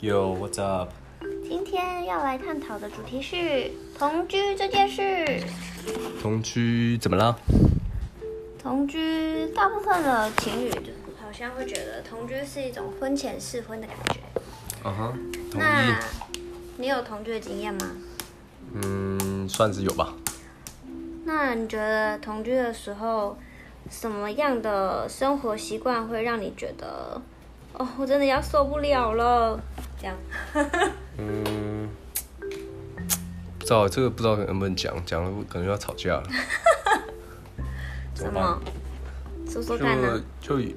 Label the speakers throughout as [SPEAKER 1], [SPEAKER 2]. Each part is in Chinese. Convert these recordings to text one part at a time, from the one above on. [SPEAKER 1] Yo, what's up？
[SPEAKER 2] 今天要来探讨的主题是同居这件事。
[SPEAKER 1] 同居怎么了？
[SPEAKER 2] 同居，大部分的情侣就好像会觉得同居是一种婚前试婚的感觉。
[SPEAKER 1] 嗯哼，同
[SPEAKER 2] 那
[SPEAKER 1] 意。
[SPEAKER 2] 你有同居的经验吗？
[SPEAKER 1] 嗯，算是有吧。
[SPEAKER 2] 那你觉得同居的时候，什么样的生活习惯会让你觉得，哦，我真的要受不了了？这样，
[SPEAKER 1] 嗯，不知道这个不知道能不能讲，讲了可能又要吵架了。
[SPEAKER 2] 什
[SPEAKER 1] 么办
[SPEAKER 2] 么？说说看呢、
[SPEAKER 1] 就就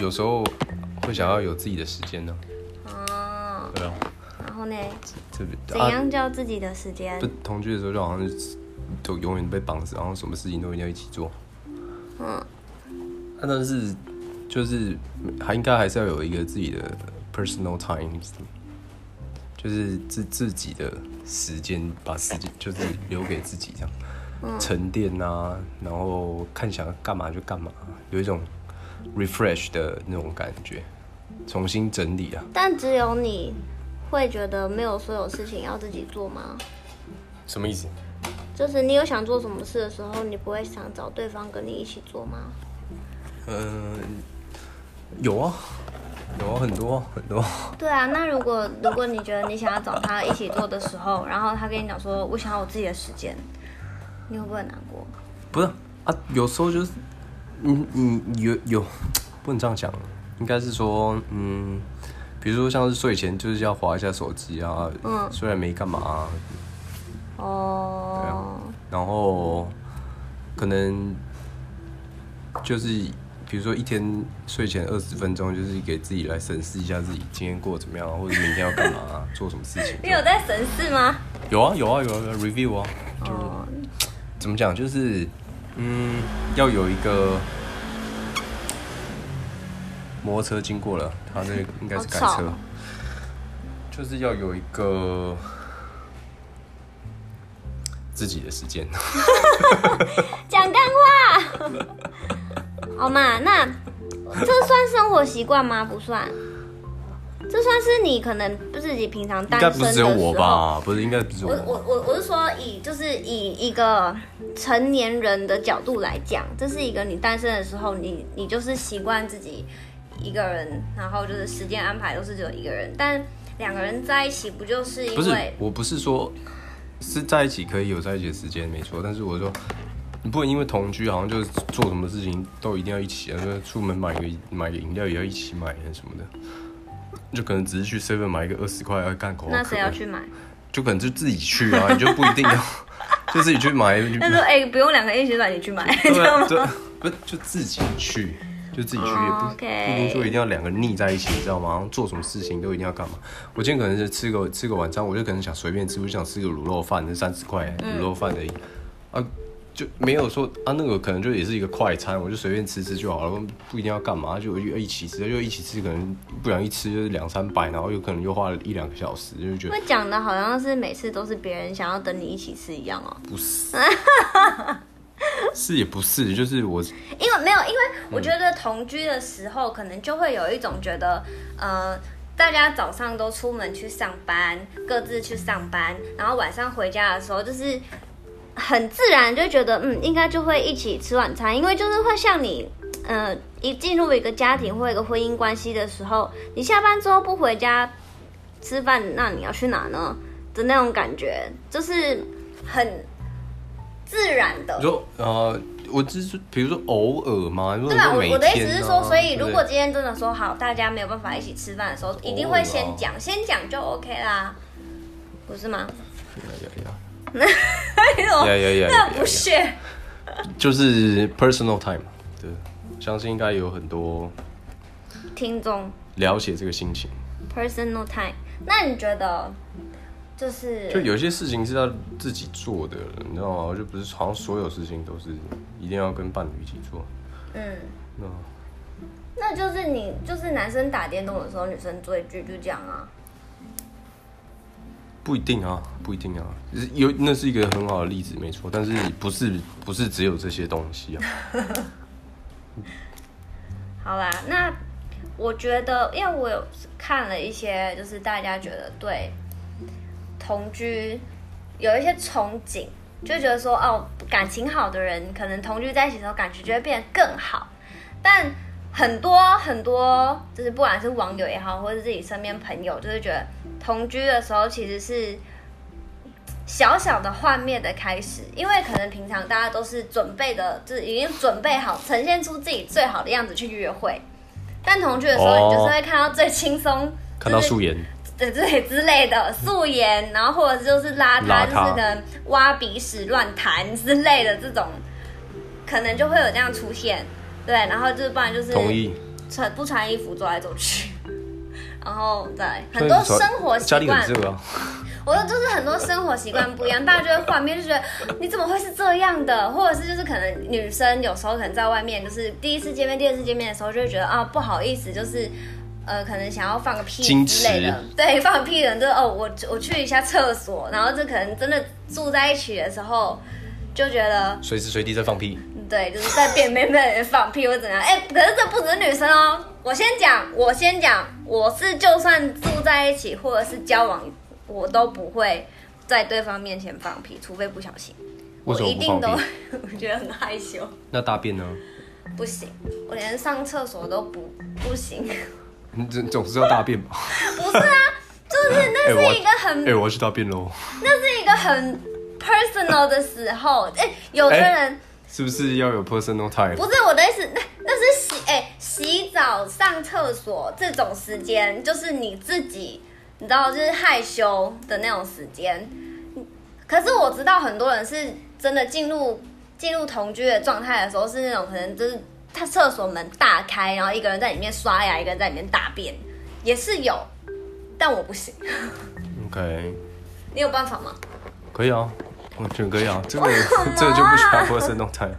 [SPEAKER 1] 有时候会想要有自己的时间呢、
[SPEAKER 2] 哦，
[SPEAKER 1] 对啊，
[SPEAKER 2] 然后呢？
[SPEAKER 1] 这边
[SPEAKER 2] 怎
[SPEAKER 1] 啊
[SPEAKER 2] 样叫自己的时间
[SPEAKER 1] 不？同居的时候就好像是就永远被绑死，然后什么事情都一定要一起做。
[SPEAKER 2] 嗯，
[SPEAKER 1] 啊但是就是还应该还是要有一个自己的 personal time，就是自自己的时间，把时间就是留给自己这样、沉淀啊，然后看想干嘛就干嘛，有一种 refresh 的那种感觉，重新整理啊。
[SPEAKER 2] 但只有你会觉得没有所有事情要自己做吗？
[SPEAKER 1] 什么意思？
[SPEAKER 2] 就是你有想做什么事的时候，你不会想找对方跟你一起做吗？
[SPEAKER 1] 嗯、有啊，有啊，很多啊很多啊。
[SPEAKER 2] 对啊，那如果如果你觉得你想要找他一起做的时候，然后他跟你讲说我想要我自己的时间，你会不会很难过？
[SPEAKER 1] 不是啊，有时候就是，嗯嗯，有有，不能这样讲，应该是说，嗯，比如说像是睡前就是要划一下手机啊，
[SPEAKER 2] 嗯
[SPEAKER 1] 虽然没干嘛、啊
[SPEAKER 2] 哦，
[SPEAKER 1] 然后可能就是比如说一天睡前二十分钟，就是给自己来审视一下自己今天过得怎么样啊，或者明天要干嘛啊、做什么事情。
[SPEAKER 2] 你 有在审视吗？
[SPEAKER 1] 有啊有啊有啊有啊 review 啊，
[SPEAKER 2] 哦，
[SPEAKER 1] 怎么讲，就是嗯，要有一个摩托车经过了，他那个应该是改
[SPEAKER 2] 好吵
[SPEAKER 1] 车
[SPEAKER 2] 哦，
[SPEAKER 1] 就是要有一个自己的时间。
[SPEAKER 2] 讲干话， 好嘛？那这算生活习惯吗？不算，这算是你可能自己平常
[SPEAKER 1] 应
[SPEAKER 2] 单
[SPEAKER 1] 该
[SPEAKER 2] 身
[SPEAKER 1] 不
[SPEAKER 2] 的
[SPEAKER 1] 是只
[SPEAKER 2] 时
[SPEAKER 1] 有
[SPEAKER 2] 候。
[SPEAKER 1] 我吧？不是，应该不是
[SPEAKER 2] 我我
[SPEAKER 1] 我。
[SPEAKER 2] 我我是说以就是以一个成年人的角度来讲，这是一个你单身的时候，你你就是习惯自己一个人，然后就是时间安排都是只有一个人，但两个人在一起不就是
[SPEAKER 1] 不
[SPEAKER 2] 因
[SPEAKER 1] 是
[SPEAKER 2] 为，
[SPEAKER 1] 我不是说是在一起可以有在一起的时间，没错。但是我说，你不能因为同居，好像就是做什么事情都一定要一起啊，就是出门买个买个饮料也要一起买啊什么的。就可能只是去 seven 买一个二十块要干口
[SPEAKER 2] 那
[SPEAKER 1] 好渴
[SPEAKER 2] 谁，要去买？
[SPEAKER 1] 就可能就自己去啊，你就不一定要， 就自己去 买。
[SPEAKER 2] 他说哎、不用两个人一起买，你去买，知
[SPEAKER 1] 对
[SPEAKER 2] 道
[SPEAKER 1] 啊
[SPEAKER 2] 吗？
[SPEAKER 1] 对啊，不是就自己去，就自己去，也不、
[SPEAKER 2] 哦，OK
[SPEAKER 1] 不一定说一定要两个腻在一起，你知道吗？好像做什么事情都一定要干嘛。我今天可能是吃个吃个晚餐，我就可能想随便吃，我就想吃个卤肉饭，那三十块卤肉饭而已、
[SPEAKER 2] 嗯
[SPEAKER 1] 啊，就没有说啊那个可能就也是一个快餐，我就随便吃吃就好了，不一定要干嘛，就就一起吃，就一起吃，可能不然一吃就是两三百，然后有可能又花了一两个小时，就觉得
[SPEAKER 2] 会讲的好像是每次都是别人想要等你一起吃一样哦，
[SPEAKER 1] 不是，是也不是，就是我
[SPEAKER 2] 因为没有，因为我觉得同居的时候，可能就会有一种觉得，呃，大家早上都出门去上班，各自去上班，然后晚上回家的时候，就是很自然就觉得，嗯，应该就会一起吃晚餐，因为就是会像你。呃，一进入一个家庭或一个婚姻关系的时候，你下班之后不回家吃饭，那你要去哪呢？的那种感觉，就是很自然的。
[SPEAKER 1] 你说呃，我只是比如说偶尔嘛，如果
[SPEAKER 2] 对吧？
[SPEAKER 1] 说
[SPEAKER 2] 我
[SPEAKER 1] 每
[SPEAKER 2] 我的意思
[SPEAKER 1] 天
[SPEAKER 2] 是
[SPEAKER 1] 啊
[SPEAKER 2] 说，所以
[SPEAKER 1] 对不
[SPEAKER 2] 如果
[SPEAKER 1] 对
[SPEAKER 2] 今天真的说好，大家没有办法一起吃饭的时候，一定会先讲，先讲就 OK 啦，不是吗？哎
[SPEAKER 1] 呀呀
[SPEAKER 2] 呦，
[SPEAKER 1] 呀呀呀
[SPEAKER 2] 那
[SPEAKER 1] 呀，
[SPEAKER 2] 不屑，
[SPEAKER 1] 就是 personal time，对，相信应该有很多
[SPEAKER 2] 听众
[SPEAKER 1] 了解这个心情。
[SPEAKER 2] personal time。那你觉得就是
[SPEAKER 1] 就有些事情是要自己做的，你知道吗？就不是好像所有事情都是一定要跟伴侣一起做。
[SPEAKER 2] 嗯，
[SPEAKER 1] 那
[SPEAKER 2] 那就是你就是男生打电动的时候，女生追剧就这样啊。
[SPEAKER 1] 不一定啊，不一定啊，有那是一个很好的例子，没错，但是不是不是只有这些东西啊？
[SPEAKER 2] 好啦，那我觉得，因为我有看了一些，就是大家觉得对同居有一些憧憬，就觉得说哦，感情好的人可能同居在一起的时候，感觉就会变得更好。但很多很多，就是不管是网友也好，或者自己身边朋友，就是觉得同居的时候其实是小小的幻灭的开始，因为可能平常大家都是准备的，就是已经准备好，呈现出自己最好的样子去约会。但同居的时候，你就是会看到最轻松，
[SPEAKER 1] 看到
[SPEAKER 2] 就是
[SPEAKER 1] 素颜，
[SPEAKER 2] 对对之类的素颜，然后或者是就是邋遢，
[SPEAKER 1] 邋遢
[SPEAKER 2] 就是可能挖鼻屎、乱弹之类的这种，可能就会有这样出现。对，然后就是不然就是
[SPEAKER 1] 同意。
[SPEAKER 2] 穿不穿衣服走来走去， 然后对
[SPEAKER 1] 所
[SPEAKER 2] 很
[SPEAKER 1] 以
[SPEAKER 2] 多
[SPEAKER 1] 说
[SPEAKER 2] 生活习
[SPEAKER 1] 家里
[SPEAKER 2] 惯
[SPEAKER 1] 很，热啊，
[SPEAKER 2] 我说就是很多生活习惯不一样，大家就会幻灭，就觉得你怎么会是这样的？或者是就是可能女生有时候可能在外面，就是第一次见面、第二次见面的时候，就会觉得啊不好意思，就是呃可能想要放个屁
[SPEAKER 1] 矜持
[SPEAKER 2] 之类的，对，放个屁的人就是哦我我去一下厕所，然后就可能真的住在一起的时候就觉得
[SPEAKER 1] 随时随地在放屁。
[SPEAKER 2] 嗯对，就是在便便被人放屁或怎样。哎、可是这不止女生哦。我先讲，我先讲，我是就算住在一起或者是交往，我都不会在对方面前放屁，除非不小心。
[SPEAKER 1] 为
[SPEAKER 2] 我
[SPEAKER 1] 什么
[SPEAKER 2] 一
[SPEAKER 1] 不
[SPEAKER 2] 定
[SPEAKER 1] 放
[SPEAKER 2] 都，
[SPEAKER 1] 屁？
[SPEAKER 2] 我觉得很害羞，
[SPEAKER 1] 那大便呢？
[SPEAKER 2] 不行，我连上厕所都不不行。
[SPEAKER 1] 你总总是要大便吧？
[SPEAKER 2] 不是啊，就是那
[SPEAKER 1] 哎我
[SPEAKER 2] 是一个很
[SPEAKER 1] 哎、我要去大便喽，
[SPEAKER 2] 那是一个很 personal 的时候。哎、有的
[SPEAKER 1] 哎
[SPEAKER 2] 人。
[SPEAKER 1] 是不是要有 personal time？
[SPEAKER 2] 不是我的意思，那那是洗哎、洗澡、上厕所这种时间，就是你自己，你知道，就是害羞的那种时间。可是我知道很多人是真的进入进入同居的状态的时候，是那种可能就是他厕所门大开，然后一个人在里面刷牙，一个人在里面大便，也是有，但我不行。
[SPEAKER 1] OK，
[SPEAKER 2] 你有办法吗？
[SPEAKER 1] 可以啊，完全可以啊，这个这个就不需要 personal time。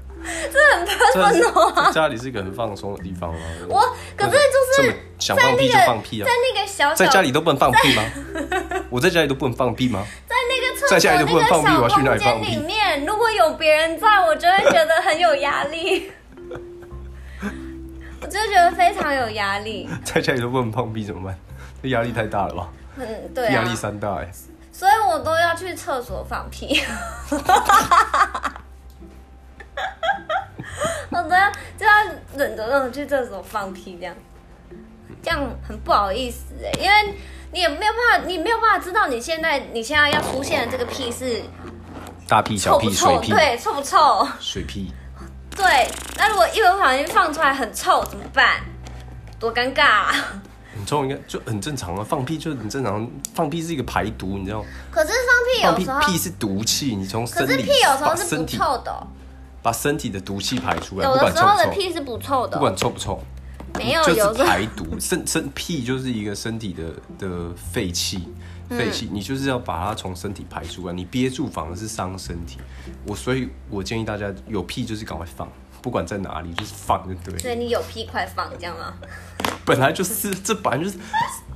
[SPEAKER 1] 这 很 personal 啊！家里是一个很放松的地方啊。
[SPEAKER 2] 我可是就
[SPEAKER 1] 这
[SPEAKER 2] 是
[SPEAKER 1] 么想
[SPEAKER 2] 在
[SPEAKER 1] 放
[SPEAKER 2] 那
[SPEAKER 1] 屁
[SPEAKER 2] 个
[SPEAKER 1] 就放屁啊
[SPEAKER 2] 在，那个小小
[SPEAKER 1] 在家里都不能放屁吗？ 我在家里都不能放屁吗？
[SPEAKER 2] 在那个厕所
[SPEAKER 1] 在家里就不能放屁
[SPEAKER 2] 那
[SPEAKER 1] 我
[SPEAKER 2] 个
[SPEAKER 1] 要去
[SPEAKER 2] 小
[SPEAKER 1] 哪里
[SPEAKER 2] 空
[SPEAKER 1] 放
[SPEAKER 2] 间
[SPEAKER 1] 屁
[SPEAKER 2] 里面，如果有别人在，我就会觉得很有压力， 我就觉得非常有压力。
[SPEAKER 1] 在家里都不能放屁怎么办？这压力太大了吧？
[SPEAKER 2] 嗯，对
[SPEAKER 1] 压
[SPEAKER 2] 啊
[SPEAKER 1] 力，山大哎、
[SPEAKER 2] 所以我都要去厕所放屁。 我都要就要忍着让我去厕所放屁，这样，这样很不好意思哎、因为你也没有办法，你没有办法知道你现在你现在要出现的这个屁是
[SPEAKER 1] 大屁小
[SPEAKER 2] 臭不
[SPEAKER 1] 屁水
[SPEAKER 2] 臭，
[SPEAKER 1] 屁
[SPEAKER 2] 对，臭不臭？
[SPEAKER 1] 水屁，
[SPEAKER 2] 对，那如果一不小心放出来很臭怎么办？多尴尬、啊！
[SPEAKER 1] 很臭应该就很正常啊。放屁就很正常，放屁是一个排毒，你知道吗？
[SPEAKER 2] 可是放
[SPEAKER 1] 放
[SPEAKER 2] 屁有
[SPEAKER 1] 屁
[SPEAKER 2] 时候，
[SPEAKER 1] 屁是毒气，你从
[SPEAKER 2] 可
[SPEAKER 1] 身
[SPEAKER 2] 是
[SPEAKER 1] 体
[SPEAKER 2] 屁有时
[SPEAKER 1] 把
[SPEAKER 2] 候是
[SPEAKER 1] 身
[SPEAKER 2] 不
[SPEAKER 1] 体
[SPEAKER 2] 臭的哦、
[SPEAKER 1] 把身体的毒气排出来，
[SPEAKER 2] 有
[SPEAKER 1] 不
[SPEAKER 2] 的
[SPEAKER 1] 管
[SPEAKER 2] 时
[SPEAKER 1] 臭
[SPEAKER 2] 候
[SPEAKER 1] 不
[SPEAKER 2] 的
[SPEAKER 1] 臭，
[SPEAKER 2] 屁是不臭的
[SPEAKER 1] 不
[SPEAKER 2] 哦、
[SPEAKER 1] 管臭不臭，
[SPEAKER 2] 没 有，
[SPEAKER 1] 就
[SPEAKER 2] 有时
[SPEAKER 1] 是
[SPEAKER 2] 候
[SPEAKER 1] 排毒，身身屁就是一个身体的的废气，
[SPEAKER 2] 嗯
[SPEAKER 1] 废气，你就是要把它从身体排出来，你憋住反而是伤身体。我所以，我建议大家有屁就是赶快放，不管在哪里，就是放就对了。
[SPEAKER 2] 所以你有屁快放，这样吗？
[SPEAKER 1] 本来就是，这本来就是，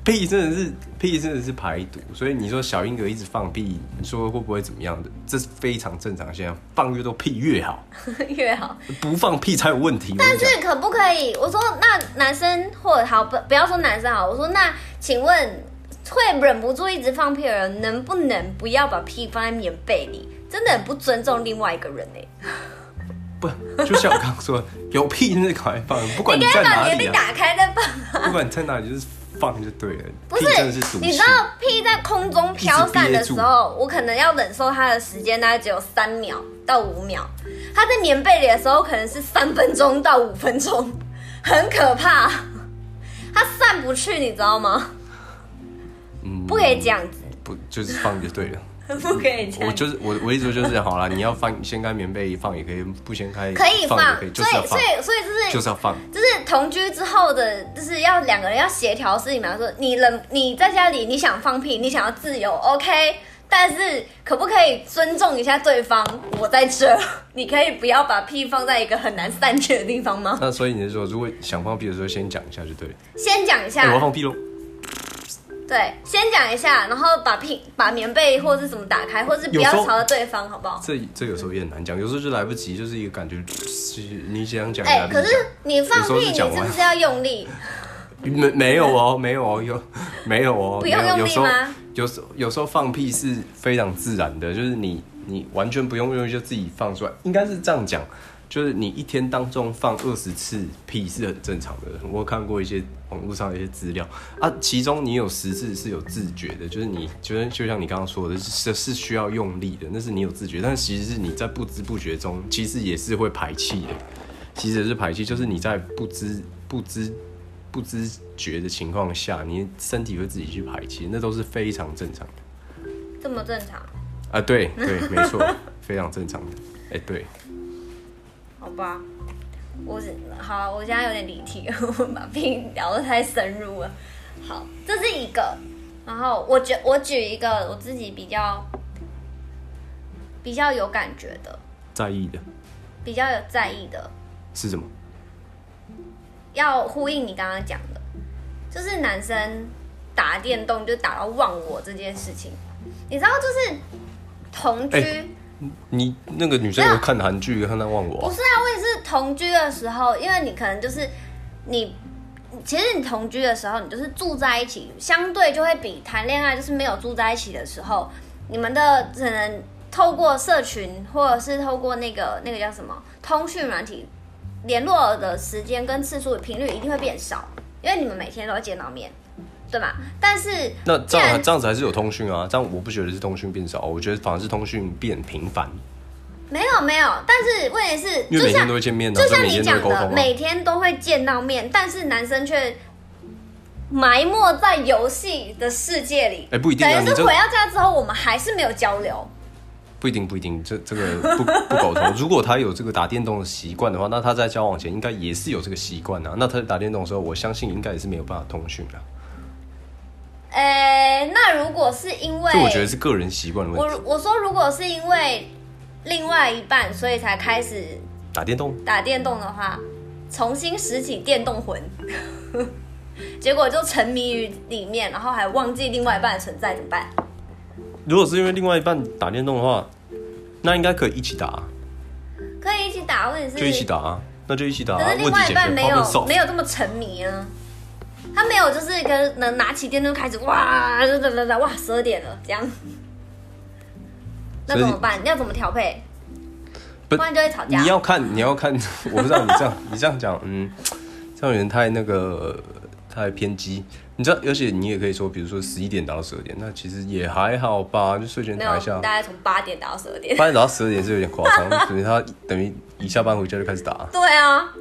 [SPEAKER 1] 屁真的是屁真的是排毒，所以你说小婴儿一直放屁，你说会不会怎么样的？这是非常正常现象，放越多屁越好，
[SPEAKER 2] 越好。
[SPEAKER 1] 不放屁才有问题。我跟
[SPEAKER 2] 但
[SPEAKER 1] 你讲，
[SPEAKER 2] 是可不可以？我说那男生或者好不不要说男生好，我说那请问会忍不住一直放屁的人，能不能不要把屁放在棉被里？真的很不尊重另外一个人哎、
[SPEAKER 1] 不就像我刚刚说的，有屁就是赶快放，不管
[SPEAKER 2] 你
[SPEAKER 1] 你
[SPEAKER 2] 应
[SPEAKER 1] 在
[SPEAKER 2] 该把
[SPEAKER 1] 哪
[SPEAKER 2] 棉
[SPEAKER 1] 里
[SPEAKER 2] 被
[SPEAKER 1] 啊，
[SPEAKER 2] 打开再放
[SPEAKER 1] 不管你在哪里就是放就对了。
[SPEAKER 2] 不
[SPEAKER 1] 屁
[SPEAKER 2] 是
[SPEAKER 1] 真的是毒，
[SPEAKER 2] 你
[SPEAKER 1] 气
[SPEAKER 2] 知，道屁在空中飘散的时候，我可能要忍受它的时间大概只有三秒到五秒，它在棉被里的时候可能是三分钟到五分钟，很可怕，它散不去，你知道吗？
[SPEAKER 1] 嗯
[SPEAKER 2] 不可以这样子，
[SPEAKER 1] 不就是放就对了。
[SPEAKER 2] 不可以这
[SPEAKER 1] 我
[SPEAKER 2] 样子。
[SPEAKER 1] 就是我我意思就是好啦，你要放掀开棉被放也可以，不掀开
[SPEAKER 2] 可以
[SPEAKER 1] 放
[SPEAKER 2] 放，
[SPEAKER 1] 也可以，就
[SPEAKER 2] 所
[SPEAKER 1] 是要
[SPEAKER 2] 以
[SPEAKER 1] 放
[SPEAKER 2] 所，以所以就是
[SPEAKER 1] 就是要放。
[SPEAKER 2] 就是同居之后的，就是要两个人要协调的事情嘛。说你冷，你在家里你想放屁，你想要自由，OK。但是可不可以尊重一下对方？我在这，你可以不要把屁放在一个很难散去的地方吗？
[SPEAKER 1] 那所以你是说，如果想放屁的时候先讲一下就对了。
[SPEAKER 2] 先讲一下，
[SPEAKER 1] 哎我要放屁喽！
[SPEAKER 2] 对，先讲一下，然后把屁把棉被或是什么打开，或是不要
[SPEAKER 1] 有时候
[SPEAKER 2] 朝着对方，好不好？
[SPEAKER 1] 这这有时候也很难讲，有时候就来不及，就是一个感觉，是你想讲
[SPEAKER 2] 哎、
[SPEAKER 1] 哪里
[SPEAKER 2] 可
[SPEAKER 1] 讲。
[SPEAKER 2] 是你放
[SPEAKER 1] 有时
[SPEAKER 2] 屁，
[SPEAKER 1] 候
[SPEAKER 2] 你
[SPEAKER 1] 是
[SPEAKER 2] 是
[SPEAKER 1] 讲完
[SPEAKER 2] 不是要用力？
[SPEAKER 1] 没没有 哦，没有哦，有没有哦？
[SPEAKER 2] 不用
[SPEAKER 1] 没有
[SPEAKER 2] 用力
[SPEAKER 1] 有时候
[SPEAKER 2] 吗
[SPEAKER 1] 有时候有时候放屁是非常自然的，就是你你完全不用用力就自己放出来，应该是这样讲，就是你一天当中放二十次屁是很正常的。我有看过一些网络上的一些资料啊，其中你有十次是有自觉的，就是你就是就像你刚刚说的，是是需要用力的，那是你有自觉，但是其实是你在不知不觉中，其实也是会排气的。其实也是排气，就是你在不知不知不知觉的情况下，你身体会自己去排气，那都是非常正常的
[SPEAKER 2] 这么正常，
[SPEAKER 1] 啊。对对，没错， 非常正常的。哎、对，
[SPEAKER 2] 好吧？我是好，我现在有点离题， 我把病聊得太深入了。好，这是一个，然后我举我举一个我自己比较比较有感觉的，
[SPEAKER 1] 在意的
[SPEAKER 2] 比较有在意的，
[SPEAKER 1] 是什么？
[SPEAKER 2] 要呼应你刚刚讲的，就是男生打电动就打到忘我这件事情，你知道，就是同居、
[SPEAKER 1] 哎你那个女生有看韩剧，看她忘我
[SPEAKER 2] 不
[SPEAKER 1] 啊、
[SPEAKER 2] 是啊，我也是同居的时候，因为你可能就是你，其实你同居的时候，你就是住在一起，相对就会比谈恋爱就是没有住在一起的时候，你们的可能透过社群或者是透过那个那个叫什么通讯软体联络的时间跟次数频率一定会变少，因为你们每天都会见到面，对吧？但是
[SPEAKER 1] 那这
[SPEAKER 2] 既
[SPEAKER 1] 样还
[SPEAKER 2] 然
[SPEAKER 1] 这样子还是有通讯啊？这样我不觉得是通讯变少，我觉得反而是通讯变频繁，
[SPEAKER 2] 没有没有，但是问题是，
[SPEAKER 1] 因为
[SPEAKER 2] 就像
[SPEAKER 1] 每天都会见面啊，
[SPEAKER 2] 就像
[SPEAKER 1] 每
[SPEAKER 2] 你
[SPEAKER 1] 天都会
[SPEAKER 2] 讲
[SPEAKER 1] 沟通
[SPEAKER 2] 的，
[SPEAKER 1] 啊。
[SPEAKER 2] 每天都会见到面，但是男生却埋没在游戏的世界里。
[SPEAKER 1] 哎不一定啊
[SPEAKER 2] 等于
[SPEAKER 1] 你
[SPEAKER 2] 是
[SPEAKER 1] 这
[SPEAKER 2] 回到家之后，我们还是没有交流。
[SPEAKER 1] 不一定，不一定，这这个不 不苟同。如果他有这个打电动的习惯的话，那他在交往前应该也是有这个习惯啊。那他打电动的时候，我相信应该也是没有办法通讯的。
[SPEAKER 2] 哎，那如果是因为
[SPEAKER 1] 这我觉得是个人习惯的问题。
[SPEAKER 2] 我我说如果是因为另外一半，所以才开始
[SPEAKER 1] 打电动，
[SPEAKER 2] 打电动的话，重新拾起电动魂， 结果就沉迷于里面，然后还忘记另外一半的存在，怎么办？
[SPEAKER 1] 如果是因为另外一半打电动的话，那应该可以一起打、啊，
[SPEAKER 2] 可以一起打，问题是
[SPEAKER 1] 就一起打啊，那就一起打、
[SPEAKER 2] 嗯可
[SPEAKER 1] 啊
[SPEAKER 2] 是。另
[SPEAKER 1] 问题
[SPEAKER 2] 外
[SPEAKER 1] 解
[SPEAKER 2] 一半
[SPEAKER 1] 决
[SPEAKER 2] 没有
[SPEAKER 1] ，problem solved
[SPEAKER 2] 没。有这么沉迷啊，他没有就是跟能拿起电灯开始哇啦啦啦啦哇十二点了这样，那
[SPEAKER 1] 所以
[SPEAKER 2] 怎么办？要怎么调配？
[SPEAKER 1] 不
[SPEAKER 2] 不然就会吵架
[SPEAKER 1] 你。要看，你要看， 我不知道你这样，你这样讲，嗯，这样有点太那个太偏激。你知道，而且你也可以说，比如说十一点打到十二点，那其实也还好吧，就睡前
[SPEAKER 2] 没
[SPEAKER 1] 打
[SPEAKER 2] 有
[SPEAKER 1] 一下。，
[SPEAKER 2] 大概从八点打到十二点。
[SPEAKER 1] 八点打到十二点是有点夸张，等于他等于一下班回家就开始打，
[SPEAKER 2] 对啊，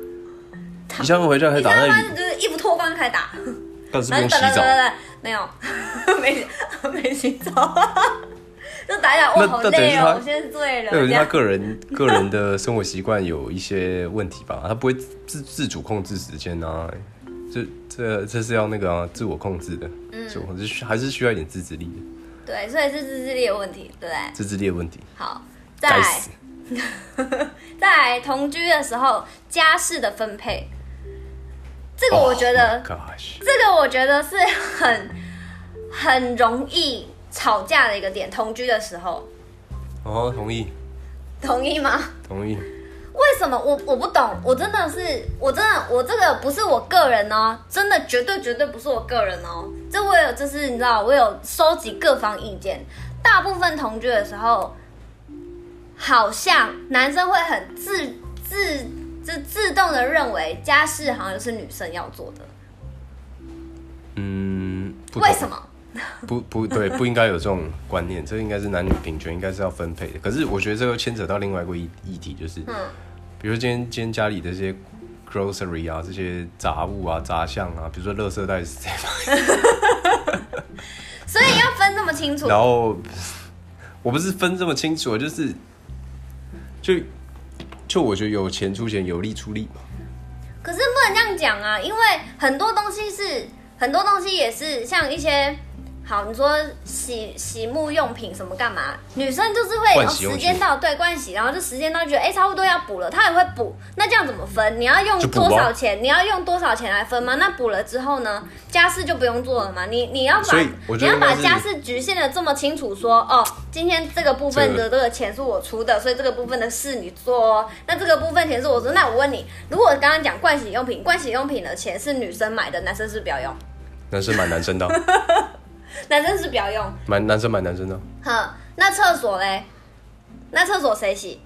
[SPEAKER 1] 一下班回家开始
[SPEAKER 2] 一
[SPEAKER 1] 打，
[SPEAKER 2] 下
[SPEAKER 1] 那
[SPEAKER 2] 班就是衣服脱光开始打，
[SPEAKER 1] 但是不
[SPEAKER 2] 然后
[SPEAKER 1] 用洗
[SPEAKER 2] 等等等
[SPEAKER 1] 澡。
[SPEAKER 2] 等等，没有， 没没洗澡， 就打一打，
[SPEAKER 1] 那
[SPEAKER 2] 哇，好
[SPEAKER 1] 那等于
[SPEAKER 2] 累
[SPEAKER 1] 是他
[SPEAKER 2] 哦，我现在醉 了，
[SPEAKER 1] 那有
[SPEAKER 2] 这
[SPEAKER 1] 些他
[SPEAKER 2] 样
[SPEAKER 1] 个人个人的生活习惯有一些问题吧，他不会自自主控制时间啊，这这这是要那个啊自我控制的，
[SPEAKER 2] 嗯
[SPEAKER 1] 自我控制需还是需要一点自制力的，
[SPEAKER 2] 对，所以是自制力的问题，对不对？
[SPEAKER 1] 自制力的问题。
[SPEAKER 2] 好，再
[SPEAKER 1] 该
[SPEAKER 2] 来
[SPEAKER 1] 死，
[SPEAKER 2] 在同居的时候，家事的分配，这个我觉得
[SPEAKER 1] Oh my gosh，
[SPEAKER 2] 这个我觉得是很很容易吵架的一个点。同居的时候，
[SPEAKER 1] 哦，同意
[SPEAKER 2] 同意吗？
[SPEAKER 1] 同意，
[SPEAKER 2] 为什么我我不懂？我真的是，我真的我这个不是我个人哦，真的绝对绝对不是我个人哦。这我有，就是你知道，我有收集各方意见。大部分同居的时候，好像男生会很自自就自动的认为家事好像就是女生要做的，
[SPEAKER 1] 嗯，不
[SPEAKER 2] 为
[SPEAKER 1] 同
[SPEAKER 2] 什么？
[SPEAKER 1] 不不对，不应该有这种观念，这应该是男女平权，应该是要分配的。可是我觉得这又牵扯到另外一个议议题，就是，比如说今天今天家里的这些 grocery 啊，这些杂物啊、杂项啊，比如说垃圾袋是谁放，
[SPEAKER 2] 所以要分这么清楚
[SPEAKER 1] 然。后我不是分这么清楚，就是就就我觉得有钱出钱，有力出力嘛。
[SPEAKER 2] 可是不能这样讲啊，因为很多东西是很多东西也是像一些好，你说洗洗沐用品什么干嘛？女生就是会、
[SPEAKER 1] 盥
[SPEAKER 2] 哦、
[SPEAKER 1] 洗用
[SPEAKER 2] 时
[SPEAKER 1] 具
[SPEAKER 2] 间到，对，盥洗，然后就时间到就觉得哎、差不多要补了，她也会补。那这样怎么分？你要用
[SPEAKER 1] 就补
[SPEAKER 2] 多
[SPEAKER 1] 啊
[SPEAKER 2] 少钱？你要用多少钱来分吗？那补了之后呢？家事就不用做了嘛？你你要把
[SPEAKER 1] 所以我
[SPEAKER 2] 你
[SPEAKER 1] 觉得
[SPEAKER 2] 要把
[SPEAKER 1] 应该是
[SPEAKER 2] 家事局限的这么清楚说哦，今天这个部分的这个钱是我出的，所以这个部分的事你做哦。那这个部分钱是我出，那我问你，如果刚刚讲盥洗用品，盥洗用品的钱是女生买的，男生是不要用，
[SPEAKER 1] 男生买男生的啊，
[SPEAKER 2] 男生是不要用。
[SPEAKER 1] 买男生买男生的
[SPEAKER 2] 哼，
[SPEAKER 1] 啊。
[SPEAKER 2] 那厕所嘞？那厕所谁洗？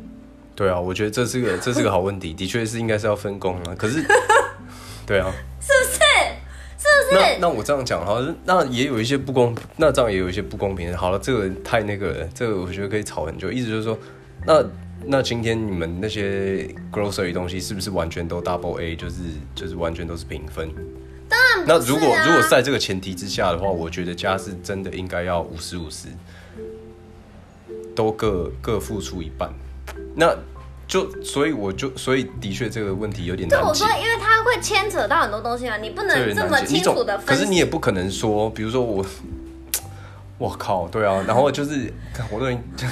[SPEAKER 1] 对啊，我觉得这是 个这是个好问题，的确是应该是要分工啊。可是，对啊，
[SPEAKER 2] 是不是？是不
[SPEAKER 1] 那
[SPEAKER 2] 是？
[SPEAKER 1] 那我这样讲好像那也有一些不公，那这样也有一些不公平。好了，这个太那个了，这个我觉得可以吵很久。意思就是说，那那今天你们那些 grocery 东西是不是完全都 double A，就是就是完全都是平分？当然那如果、
[SPEAKER 2] 啊
[SPEAKER 1] 如果在这个前提之下的话，我觉得家是真的应该要五十五十，都各各付出一半。那就所以我就所以的确这个问题有点难
[SPEAKER 2] 就
[SPEAKER 1] 解。
[SPEAKER 2] 我说，因为它会牵扯到很多东西嘛，啊你不
[SPEAKER 1] 这
[SPEAKER 2] 能
[SPEAKER 1] 有点
[SPEAKER 2] 这
[SPEAKER 1] 难
[SPEAKER 2] 么
[SPEAKER 1] 解
[SPEAKER 2] 清
[SPEAKER 1] 你总
[SPEAKER 2] 楚的
[SPEAKER 1] 可
[SPEAKER 2] 分
[SPEAKER 1] 是
[SPEAKER 2] 析。
[SPEAKER 1] 你也不可能说，比如说我，我靠，对啊，然后就是 干我都已经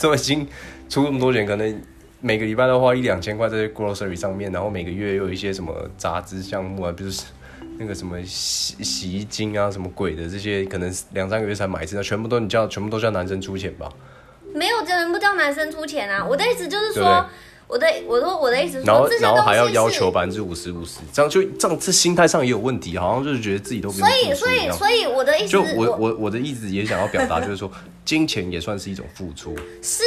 [SPEAKER 1] 都已经出那么多钱，可能每个礼拜都花一两千块在 grocery 上面，然后每个月又有一些什么杂志项目啊，比如是那个什么洗洗衣精啊，什么鬼的这些，可能两三个月才买一次，那全部都你叫全部都叫男生出钱吧，
[SPEAKER 2] 没有人不叫男生出钱啊！我的意思就是
[SPEAKER 1] 对不对
[SPEAKER 2] 说，我的我说我的意思是
[SPEAKER 1] 然后
[SPEAKER 2] 说，这些
[SPEAKER 1] 然
[SPEAKER 2] 东
[SPEAKER 1] 后
[SPEAKER 2] 西
[SPEAKER 1] 还要要
[SPEAKER 2] 是
[SPEAKER 1] 求百分之五十五十，这样就这样这心态上也有问题，好像就是觉得自己都所
[SPEAKER 2] 所以所以所以我的意思
[SPEAKER 1] 就是我我我的意思也想要表达，就是说， 金钱也算是一种付出。
[SPEAKER 2] 是，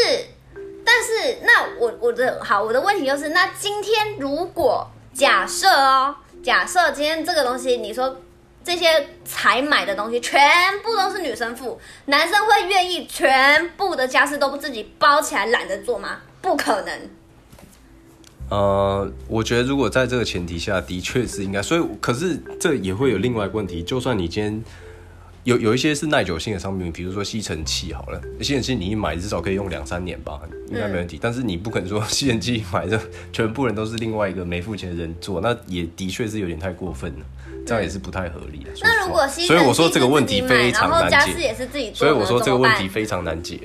[SPEAKER 2] 但是那我我的好，我的问题就是，那今天如果假设哦，假设今天这个东西，你说这些才买的东西全部都是女生付，男生会愿意全部的家事都自己包起来懒得做吗？不可能。
[SPEAKER 1] 呃，我觉得如果在这个前提下，的确是应该。所以，可是这也会有另外一个问题，就算你今天有有一些是耐久性的商品，比如说吸尘器好了，吸尘器你一买至少可以用两三年吧，应该没问题。但是你不肯说 吸尘器买的全部人都是另外一个没付钱的人做，那也的确是有点太过分了，这样也是不太合理的。说实
[SPEAKER 2] 那
[SPEAKER 1] 话
[SPEAKER 2] 如果吸
[SPEAKER 1] 所以
[SPEAKER 2] 尘
[SPEAKER 1] 我说
[SPEAKER 2] 器
[SPEAKER 1] 这个
[SPEAKER 2] 是
[SPEAKER 1] 问
[SPEAKER 2] 自己
[SPEAKER 1] 题
[SPEAKER 2] 买
[SPEAKER 1] 非常
[SPEAKER 2] 然后
[SPEAKER 1] 难解。
[SPEAKER 2] 家事也是自己做
[SPEAKER 1] 所以
[SPEAKER 2] 的，
[SPEAKER 1] 我说这
[SPEAKER 2] 怎
[SPEAKER 1] 个
[SPEAKER 2] 么
[SPEAKER 1] 问
[SPEAKER 2] 办
[SPEAKER 1] 题非常难解，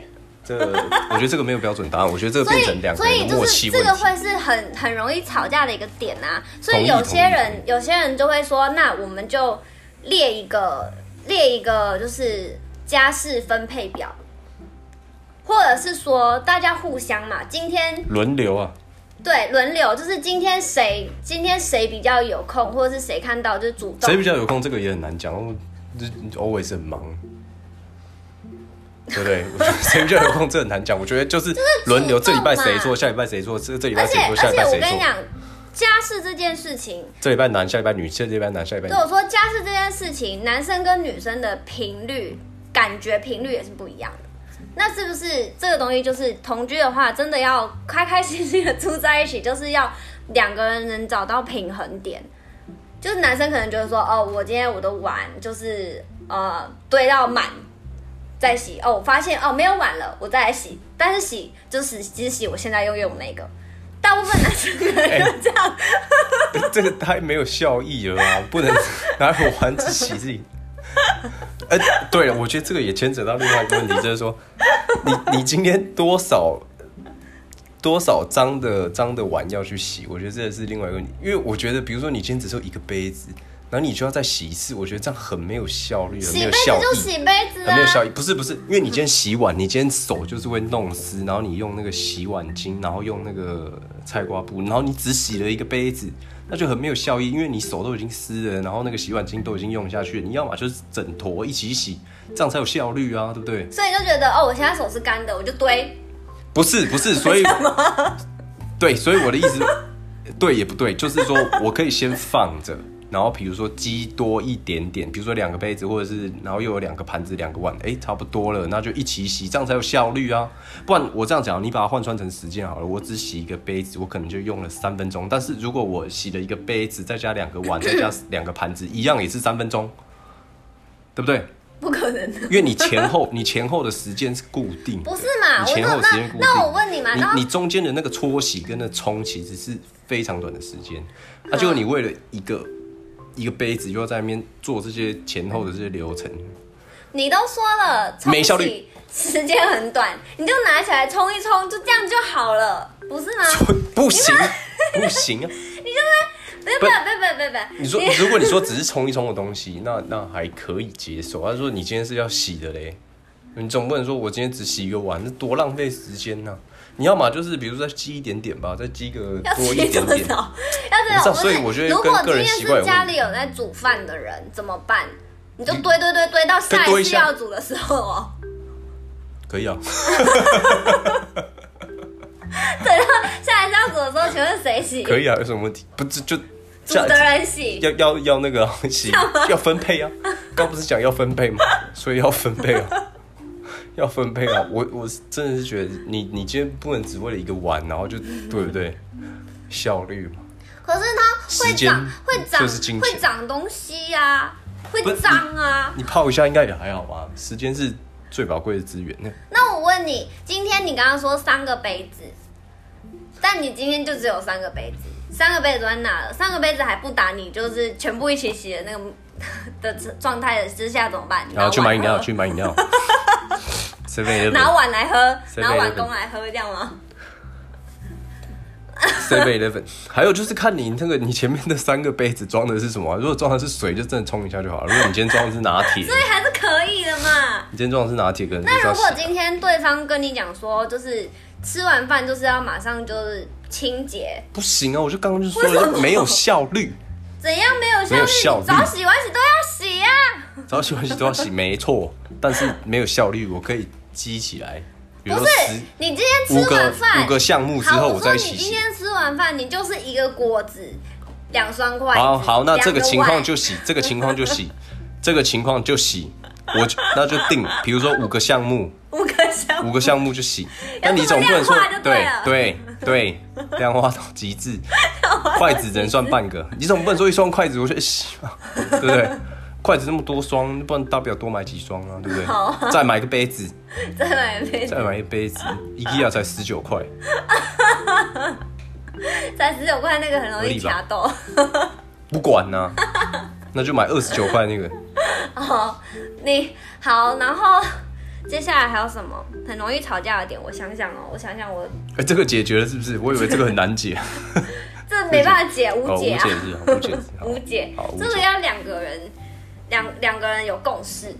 [SPEAKER 1] 这 我觉得这个没有标准答案，我觉得这个
[SPEAKER 2] 所以
[SPEAKER 1] 变成两个
[SPEAKER 2] 所以
[SPEAKER 1] 人的
[SPEAKER 2] 就
[SPEAKER 1] 默
[SPEAKER 2] 是
[SPEAKER 1] 契
[SPEAKER 2] 这
[SPEAKER 1] 问
[SPEAKER 2] 个
[SPEAKER 1] 题。
[SPEAKER 2] 会是很很容易吵架的一个点啊。所
[SPEAKER 1] 同
[SPEAKER 2] 以
[SPEAKER 1] 意
[SPEAKER 2] 有些
[SPEAKER 1] 同
[SPEAKER 2] 人有些人就会说，那我们就列一个列一个就是家事分配表，或者是说大家互相嘛，今天
[SPEAKER 1] 轮流啊，
[SPEAKER 2] 对轮流，就是今天谁今天谁比较有空，或者是谁看到就主动
[SPEAKER 1] 谁比较有空，这个也很难讲。我这 always 很忙，对不对？我觉得谁比较有空，这很难讲。我觉得就是轮流，
[SPEAKER 2] 主动
[SPEAKER 1] 这礼拜谁
[SPEAKER 2] 嘛
[SPEAKER 1] 做，下礼拜谁做，这这礼拜
[SPEAKER 2] 而且
[SPEAKER 1] 谁做，下
[SPEAKER 2] 而
[SPEAKER 1] 礼
[SPEAKER 2] 且
[SPEAKER 1] 拜
[SPEAKER 2] 我
[SPEAKER 1] 谁
[SPEAKER 2] 跟你
[SPEAKER 1] 做，
[SPEAKER 2] 讲，家事这件事情，
[SPEAKER 1] 这礼拜男，下礼拜女，下礼拜男，下礼拜女
[SPEAKER 2] 对。我说家事这件事情，男生跟女生的频率、感觉频率也是不一样的。那是不是这个东西就是同居的话，真的要开开心心的住在一起，就是要两个人能找到平衡点？就是男生可能觉得说，哦，我今天我的碗就是呃堆到满再洗，哦，我发现哦没有碗了，我再来洗。但是洗就是只洗我现在又用那个，大部分男生可能就这样。
[SPEAKER 1] 这个太没有效益了啊！不能拿我玩自己自己。 哎、对了，我觉得这个也牵扯到另外一个问题，就是说， 你你今天多少多少脏的脏的碗要去洗，我觉得这是另外一个问题。因为我觉得，比如说你今天只是有一个杯子，然后你就要再洗一次，我觉得这样很没有效率，很哎没
[SPEAKER 2] 洗
[SPEAKER 1] 有
[SPEAKER 2] 杯
[SPEAKER 1] 效
[SPEAKER 2] 子啊就
[SPEAKER 1] 益。
[SPEAKER 2] 洗杯子
[SPEAKER 1] 很呃没有效
[SPEAKER 2] 啊，
[SPEAKER 1] 益，不是不是，因为你今天洗碗，你今天手就是会弄湿，然后你用那个洗碗巾，然后用那个菜瓜布，然后你只洗了一个杯子，那就很没有效益，因为你手都已经湿了，然后那个洗碗巾都已经用下去了，你要么就是整坨一起洗，这样才有效率啊，对不对？
[SPEAKER 2] 所以就觉得哦，我现在手是干的，我就堆。
[SPEAKER 1] 嗯不是不是，所以对，所以我的意思， 对也不对，就是说我可以先放着，然后比如说积多一点点，比如说两个杯子，或者是然后又有两个盘子、两个碗，哎、差不多了，那就一起洗，这样才有效率啊。不然我这样讲，你把它换算成时间好了，我只洗一个杯子，我可能就用了三分钟，但是如果我洗了一个杯子，再加两个碗，再加两个盘子，一样也是三分钟，对不对？
[SPEAKER 2] 不可能的，
[SPEAKER 1] 因为你前后 你前后的时间是固定的，
[SPEAKER 2] 不是嘛
[SPEAKER 1] 你前
[SPEAKER 2] 我
[SPEAKER 1] 后
[SPEAKER 2] 说
[SPEAKER 1] 时间固定
[SPEAKER 2] 那那我问你嘛然后
[SPEAKER 1] 你你中间的那个
[SPEAKER 2] 嗯
[SPEAKER 1] 搓洗跟那冲洗只是非常短的时间，啊，结果你为了一个一个杯子，又要在那边做这些前后的这些流程，
[SPEAKER 2] 你都说了，冲
[SPEAKER 1] 没效率
[SPEAKER 2] 洗时间很短，你就拿起来冲一冲，就这样就好了，不是吗？
[SPEAKER 1] 不行不行啊！
[SPEAKER 2] 不要不要不要不要不要！
[SPEAKER 1] 你说，如果你说只是冲一冲的东西，那那还可以接受。他说你今天是要洗的嘞，你总不能说我今天只洗一个碗，那多浪费时间呐、你要嘛就是比如说再积一点点吧，再积个
[SPEAKER 2] 要
[SPEAKER 1] 多
[SPEAKER 2] 洗
[SPEAKER 1] 一
[SPEAKER 2] 多
[SPEAKER 1] 点点。
[SPEAKER 2] 少？要
[SPEAKER 1] 我知
[SPEAKER 2] 这
[SPEAKER 1] 道
[SPEAKER 2] 种，
[SPEAKER 1] 所以我觉得
[SPEAKER 2] 如
[SPEAKER 1] 跟
[SPEAKER 2] 果
[SPEAKER 1] 个
[SPEAKER 2] 今
[SPEAKER 1] 人
[SPEAKER 2] 天
[SPEAKER 1] 习惯有
[SPEAKER 2] 是
[SPEAKER 1] 问题
[SPEAKER 2] 家里有在煮饭的人怎么办？你就堆堆堆堆到下
[SPEAKER 1] 就堆一
[SPEAKER 2] 一次
[SPEAKER 1] 下
[SPEAKER 2] 要煮的时候哦，
[SPEAKER 1] 可以啊，
[SPEAKER 2] 下一次要煮的时候，请问谁洗？
[SPEAKER 1] 可以啊，有什么问题？不就就
[SPEAKER 2] 煮
[SPEAKER 1] 这样
[SPEAKER 2] 的人洗。
[SPEAKER 1] 要要要那个啊洗要分配啊，刚不是讲要分配吗？所以要分配啊， 要分配啊！我我是真的是觉得你你今天不能只为了一个碗，然后就对不对？效率嘛，
[SPEAKER 2] 可是它
[SPEAKER 1] 时
[SPEAKER 2] 会
[SPEAKER 1] 间
[SPEAKER 2] 长，会长，
[SPEAKER 1] 就是金钱
[SPEAKER 2] 会长东西呀、会
[SPEAKER 1] 不是
[SPEAKER 2] 脏啊。
[SPEAKER 1] 你泡一下应该也还好吧？时间是最宝贵的资源呢。
[SPEAKER 2] 那我问你，今天你刚刚说三个杯子，但你今天就只有三个杯子，三个杯子都在那了，三个杯子还不打你，就是全部一起洗的那个 的状态之下怎么办？
[SPEAKER 1] 然后去买 饮料，
[SPEAKER 2] 拿碗喝
[SPEAKER 1] 去买饮料。随便
[SPEAKER 2] 拿碗来喝，
[SPEAKER 1] Seven
[SPEAKER 2] 拿碗公来喝，这样吗？
[SPEAKER 1] Seven Eleven，还有就是看你那个你前面的三个杯子装的是什么啊、如果装的是水，就真的冲一下就好了。如果你今天装的是拿铁，
[SPEAKER 2] 所以还是可以的嘛。
[SPEAKER 1] 你今天装的是拿铁，可能就是
[SPEAKER 2] 那
[SPEAKER 1] 要
[SPEAKER 2] 如
[SPEAKER 1] 洗
[SPEAKER 2] 果今天对方跟你讲说，就是吃完饭就是要马上就是清洁，
[SPEAKER 1] 不行啊！我就刚刚就说了，就没有效率，
[SPEAKER 2] 怎样没有
[SPEAKER 1] 没有
[SPEAKER 2] 效
[SPEAKER 1] 效
[SPEAKER 2] 率？你
[SPEAKER 1] 率
[SPEAKER 2] 早洗晚洗都要洗啊呀、
[SPEAKER 1] 早洗晚洗都要洗，没错，但是没有效率，我可以积起来，比如
[SPEAKER 2] 不
[SPEAKER 1] 说
[SPEAKER 2] 是
[SPEAKER 1] 十，
[SPEAKER 2] 你今天
[SPEAKER 1] 五
[SPEAKER 2] 吃
[SPEAKER 1] 个
[SPEAKER 2] 完饭
[SPEAKER 1] 五个项目之
[SPEAKER 2] 好，
[SPEAKER 1] 后，
[SPEAKER 2] 我
[SPEAKER 1] 我
[SPEAKER 2] 说
[SPEAKER 1] 再一
[SPEAKER 2] 你
[SPEAKER 1] 起
[SPEAKER 2] 今
[SPEAKER 1] 洗。
[SPEAKER 2] 天吃完饭，你就是一个果子，两双筷子。
[SPEAKER 1] 好好，那这个情况就
[SPEAKER 2] 两
[SPEAKER 1] 洗，这个情况就洗，这个情况就洗，我就那就定，比如说五个项目，
[SPEAKER 2] 个碗五个小
[SPEAKER 1] 五个项目就 洗，
[SPEAKER 2] 要
[SPEAKER 1] 但你总不能说
[SPEAKER 2] 这么量化就对
[SPEAKER 1] 对
[SPEAKER 2] 了
[SPEAKER 1] 对对，量化到 极致，筷子只能算半个，你总不能说一双筷子我就 洗吧，对不对？筷子那么多双，不然大不了多买几双啊，对不对？
[SPEAKER 2] 好
[SPEAKER 1] 再买个杯子，
[SPEAKER 2] 再买一杯，
[SPEAKER 1] 再买一 杯子，IKEA 才十九块，
[SPEAKER 2] 才十九块那个很容易
[SPEAKER 1] 合理吧
[SPEAKER 2] 卡豆。
[SPEAKER 1] 不管呐、那就买二十九块那个。
[SPEAKER 2] 哦，你好，然后接下来还有什么很容易吵架的点？我想想哦，我想想我，
[SPEAKER 1] 哎、这个解决了是不是？我以为这个很难解，
[SPEAKER 2] 这没办法解， 无
[SPEAKER 1] 哦，无
[SPEAKER 2] 解
[SPEAKER 1] 解
[SPEAKER 2] 啊，嗯
[SPEAKER 1] 是，好无解是， 好
[SPEAKER 2] 无解
[SPEAKER 1] 好，无
[SPEAKER 2] 这个
[SPEAKER 1] 解
[SPEAKER 2] 要两个人，两两个人有共识。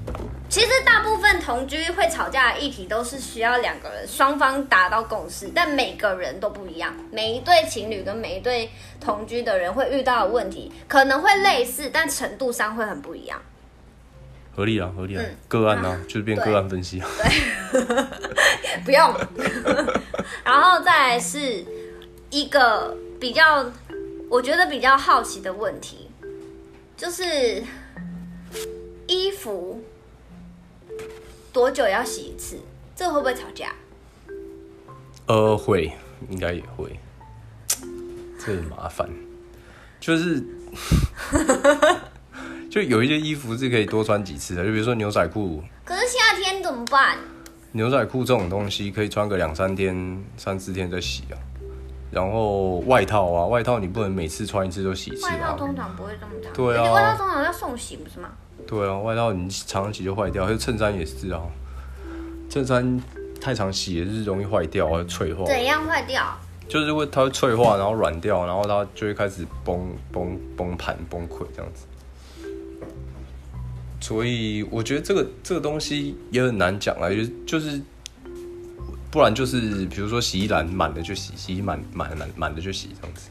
[SPEAKER 2] 其实大部分同居会吵架的议题都是需要两个人双方达到共识，但每个人都不一样，每一对情侣跟每一对同居的人会遇到的问题可能会类似，但程度上会很不一样。
[SPEAKER 1] 合理啊，合理啊，个案啊，就是变
[SPEAKER 2] 对
[SPEAKER 1] 个案分析啊。
[SPEAKER 2] 不用。 然后再来是一个比较，我觉得比较好奇的问题，就是衣服多久要洗一次？这会不会吵架？
[SPEAKER 1] 呃，会，应该也会，这很麻烦，就是 就有一些衣服是可以多穿几次的，就比如说牛仔裤，
[SPEAKER 2] 可是夏天怎么办？
[SPEAKER 1] 牛仔裤这种东西可以穿个两三天、三四天再洗啊。然后外套啊，外套你不能每次穿一次就洗一次
[SPEAKER 2] 外套
[SPEAKER 1] 啊。
[SPEAKER 2] 通常不会这么长，
[SPEAKER 1] 对啊
[SPEAKER 2] 而且外套通常要送洗，不是吗？
[SPEAKER 1] 对啊，外套你常常洗就坏掉，还有衬衫也是啊，衬衫太常洗也是容易坏掉啊，脆化。
[SPEAKER 2] 怎样坏掉？
[SPEAKER 1] 就是会它会脆化，然后软掉，然后它就会开始崩崩崩盘崩溃这样子。所以我觉得这个这个东西也很难讲啊，就是就是，不然就是比如说洗衣篮满的就洗，洗衣满满满满的就洗这样子，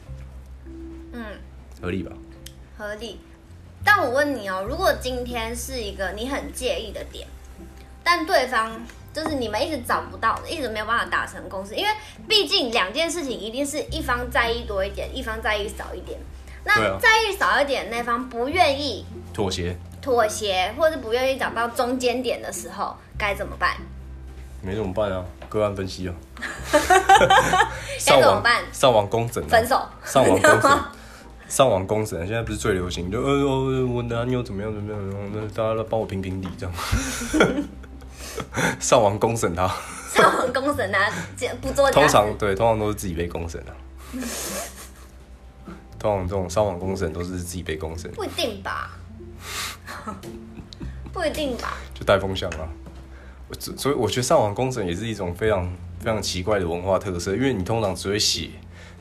[SPEAKER 2] 嗯，
[SPEAKER 1] 合理吧？
[SPEAKER 2] 合理。但我问你哦，如果今天是一个你很介意的点，但对方就是你们一直找不到，一直没有办法达成共识，因为毕竟两件事情一定是一方在意多一点，一方在意少一点。
[SPEAKER 1] 对
[SPEAKER 2] 那
[SPEAKER 1] 啊
[SPEAKER 2] 在意少一点那方不愿意
[SPEAKER 1] 妥协
[SPEAKER 2] 妥协，或是不愿意找到中间点的时候，该怎么办？
[SPEAKER 1] 没怎么办啊，个案 分 析啊，
[SPEAKER 2] 该
[SPEAKER 1] 上
[SPEAKER 2] 怎么
[SPEAKER 1] 网
[SPEAKER 2] 办？
[SPEAKER 1] 上网工整、啊，
[SPEAKER 2] 分 手？
[SPEAKER 1] 上网
[SPEAKER 2] 你知道
[SPEAKER 1] 公审
[SPEAKER 2] 吗？，
[SPEAKER 1] 上网公审，现在不是最流行，就呃呃我男友怎么样怎么样，然后那大家来帮我评评理这样。 上网公审他，
[SPEAKER 2] 上网公审啊，不做家
[SPEAKER 1] 通常对，通常都是自己被公审啊。通常这种上网公审都是自己被公审，
[SPEAKER 2] 不一定吧？ 不一定吧？
[SPEAKER 1] 就带风向啊。我所所以我觉得上网公审也是一种非常非常奇怪的文化特色，因为你通常只会写，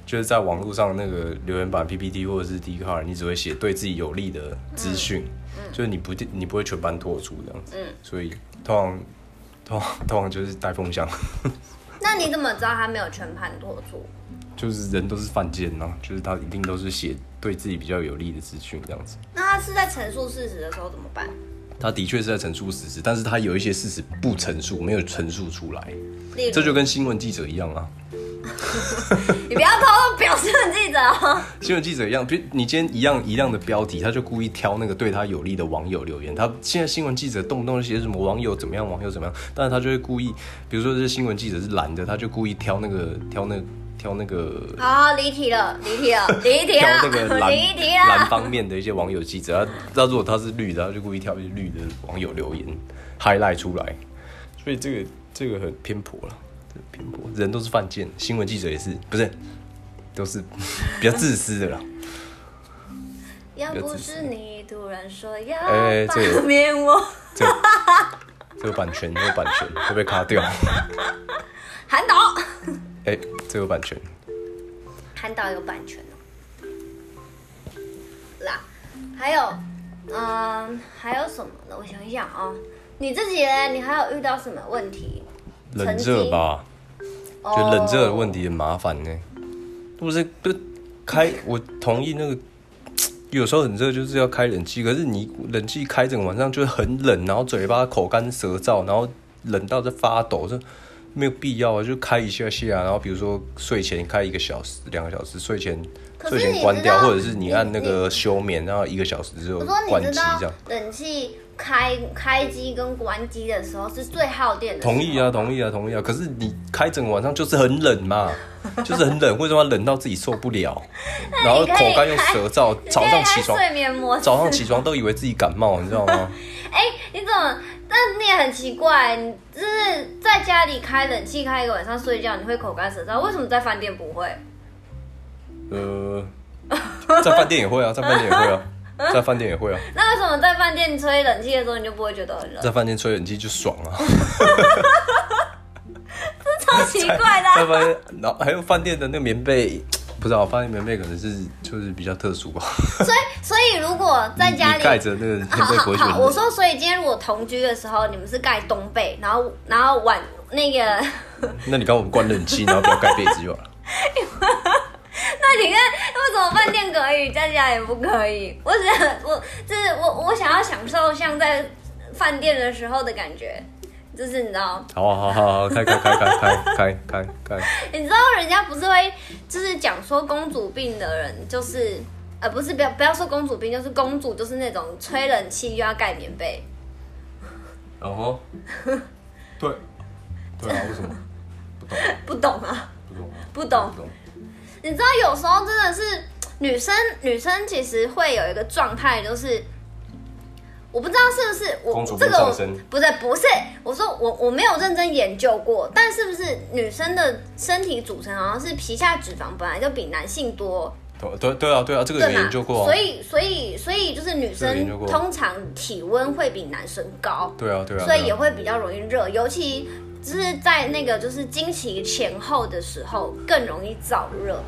[SPEAKER 1] 就是在网络上那个留言板 PPT 或者是 d c a r 你只会写对自己有利的资讯，就是你不一定你不会全盘托出这样子。所以通常通常通常就是带风向，
[SPEAKER 2] 那你怎么知道他没有全盘托出？
[SPEAKER 1] 就是人都是犯贱呐、就是他一定都是写对自己比较有利的资讯这样子。
[SPEAKER 2] 那他是在陈述事实的时候怎么办？
[SPEAKER 1] 他的确是在陈述事实，但是他有一些事实不陈述，没有陈述出来，
[SPEAKER 2] 例如
[SPEAKER 1] 这就跟新闻记者一样啊。
[SPEAKER 2] 你不要偷偷表示很记者 哦。
[SPEAKER 1] 新闻记者一样，比如你今天一样一样的标题，他就故意挑那个对他有利的网友留言。他现在新闻记者动不动就写什么网友怎么样，网友怎么样，但是他就会故意，比如说这新闻记者是蓝的，他就故意挑那个挑那挑那个
[SPEAKER 2] 好，离题了，离题了，离题
[SPEAKER 1] 挑那个
[SPEAKER 2] 了，
[SPEAKER 1] 蓝
[SPEAKER 2] 离题
[SPEAKER 1] 蓝
[SPEAKER 2] 了。
[SPEAKER 1] 方面的一些网友记者，他他如果他是绿的，他就故意挑一些绿的网友留言 highlight 出来，所以这个这个很偏颇了，这个偏颇，人都是犯贱，新闻记者也是，不是都是比较自私的啦。
[SPEAKER 2] 要不是你突然说要
[SPEAKER 1] 哎这个
[SPEAKER 2] 罢免我，
[SPEAKER 1] 这个这个版权，这个版权会被卡 掉。
[SPEAKER 2] 韩导，
[SPEAKER 1] 哎、这个版权，
[SPEAKER 2] 韩导有版权哦。啦，还有，嗯，还有什么呢？我想一想啊、你自己呢？你还有遇到什么问题？
[SPEAKER 1] 冷热吧，
[SPEAKER 2] 哦
[SPEAKER 1] 就冷热的问题很麻烦呢、不是不是开，我同意那个，有时候很热就是要开冷气，可是你冷气开整个晚上就是很冷，然后嘴巴口干舌燥，然后冷到在发抖，这没有必要啊，就开一下下，然后比如说睡前开一个小时、两个小时，睡前
[SPEAKER 2] 可是
[SPEAKER 1] 睡
[SPEAKER 2] 你
[SPEAKER 1] 前关掉，
[SPEAKER 2] 知道
[SPEAKER 1] 或者是你按那个休眠，然后一个小时之后
[SPEAKER 2] 我说
[SPEAKER 1] 关
[SPEAKER 2] 你知
[SPEAKER 1] 机
[SPEAKER 2] 道
[SPEAKER 1] 这样。
[SPEAKER 2] 冷气开开机跟关机的时候是最耗电的。
[SPEAKER 1] 同意。啊，同意啊，同意啊。可是你开整个晚上就是很冷嘛， 就是很冷，为什么要冷到自己受不了？然后口干又舌燥，
[SPEAKER 2] 你可
[SPEAKER 1] 早
[SPEAKER 2] 以
[SPEAKER 1] 上
[SPEAKER 2] 开
[SPEAKER 1] 起床，
[SPEAKER 2] 睡眠模式。
[SPEAKER 1] 早上起床都以为自己感冒，你知道 吗？
[SPEAKER 2] 哎、你怎么？但你也很奇怪，你就是在家里开冷气开一个晚上睡觉，你会口干舌燥，为什么在饭店不会？
[SPEAKER 1] 呃，在饭店也会啊，在饭店也会啊，在饭店也会啊，
[SPEAKER 2] 那为什么在饭店吹冷气的时候你就不会觉得很 冷？
[SPEAKER 1] 在饭店吹冷气就爽 啊。
[SPEAKER 2] 超奇怪的啊、
[SPEAKER 1] 在饭店，然后还有饭店的那个棉被，不知道饭店棉被可能是就是比较特殊吧，
[SPEAKER 2] 所以，所以如果在
[SPEAKER 1] 你
[SPEAKER 2] 家里
[SPEAKER 1] 盖着那个棉被不会觉得
[SPEAKER 2] 好，我
[SPEAKER 1] 冷。
[SPEAKER 2] 说，所以今天如果同居的时候，你们是盖冬被，然后然后晚那个，
[SPEAKER 1] 那你刚我们关冷气，然后不要盖被子就好了。
[SPEAKER 2] 那你看为什么饭店可以，在家也不可以？我只我就是我我想要享受像在饭店的时候的感觉，就是你知道。
[SPEAKER 1] 好啊好啊好啊好啊，开开开开开开开开。
[SPEAKER 2] 你知道人家不是会就是讲说公主病的人就是。呃，不是，不要不要说公主病，就是公主，就是那种吹冷气又要盖棉被。
[SPEAKER 1] 哦，对，对啊，为什么？不懂，
[SPEAKER 2] 不懂啊，
[SPEAKER 1] 不懂，
[SPEAKER 2] 不懂
[SPEAKER 1] 不。懂。
[SPEAKER 2] 你知道有时候真的是女生，女生其实会有一个状态，就是我不知道是不是我
[SPEAKER 1] 公主
[SPEAKER 2] 这
[SPEAKER 1] 病
[SPEAKER 2] 个我
[SPEAKER 1] 上身
[SPEAKER 2] 不是不是，我说我我没有认真研究过，但是不是女生的身体组成好像是皮下脂肪本来就比男性多，
[SPEAKER 1] 对对对啊，对啊，这个
[SPEAKER 2] 对
[SPEAKER 1] 有
[SPEAKER 2] 嘛？
[SPEAKER 1] 研究过啊。
[SPEAKER 2] 所以所以所以就是女
[SPEAKER 1] 这个
[SPEAKER 2] 生
[SPEAKER 1] 研究过
[SPEAKER 2] 通常体温会比男生高，
[SPEAKER 1] 对啊，对啊，
[SPEAKER 2] 所以
[SPEAKER 1] 对啊
[SPEAKER 2] 也会比较容易热，尤其就是在那个就是经期前后的时候更容易燥热。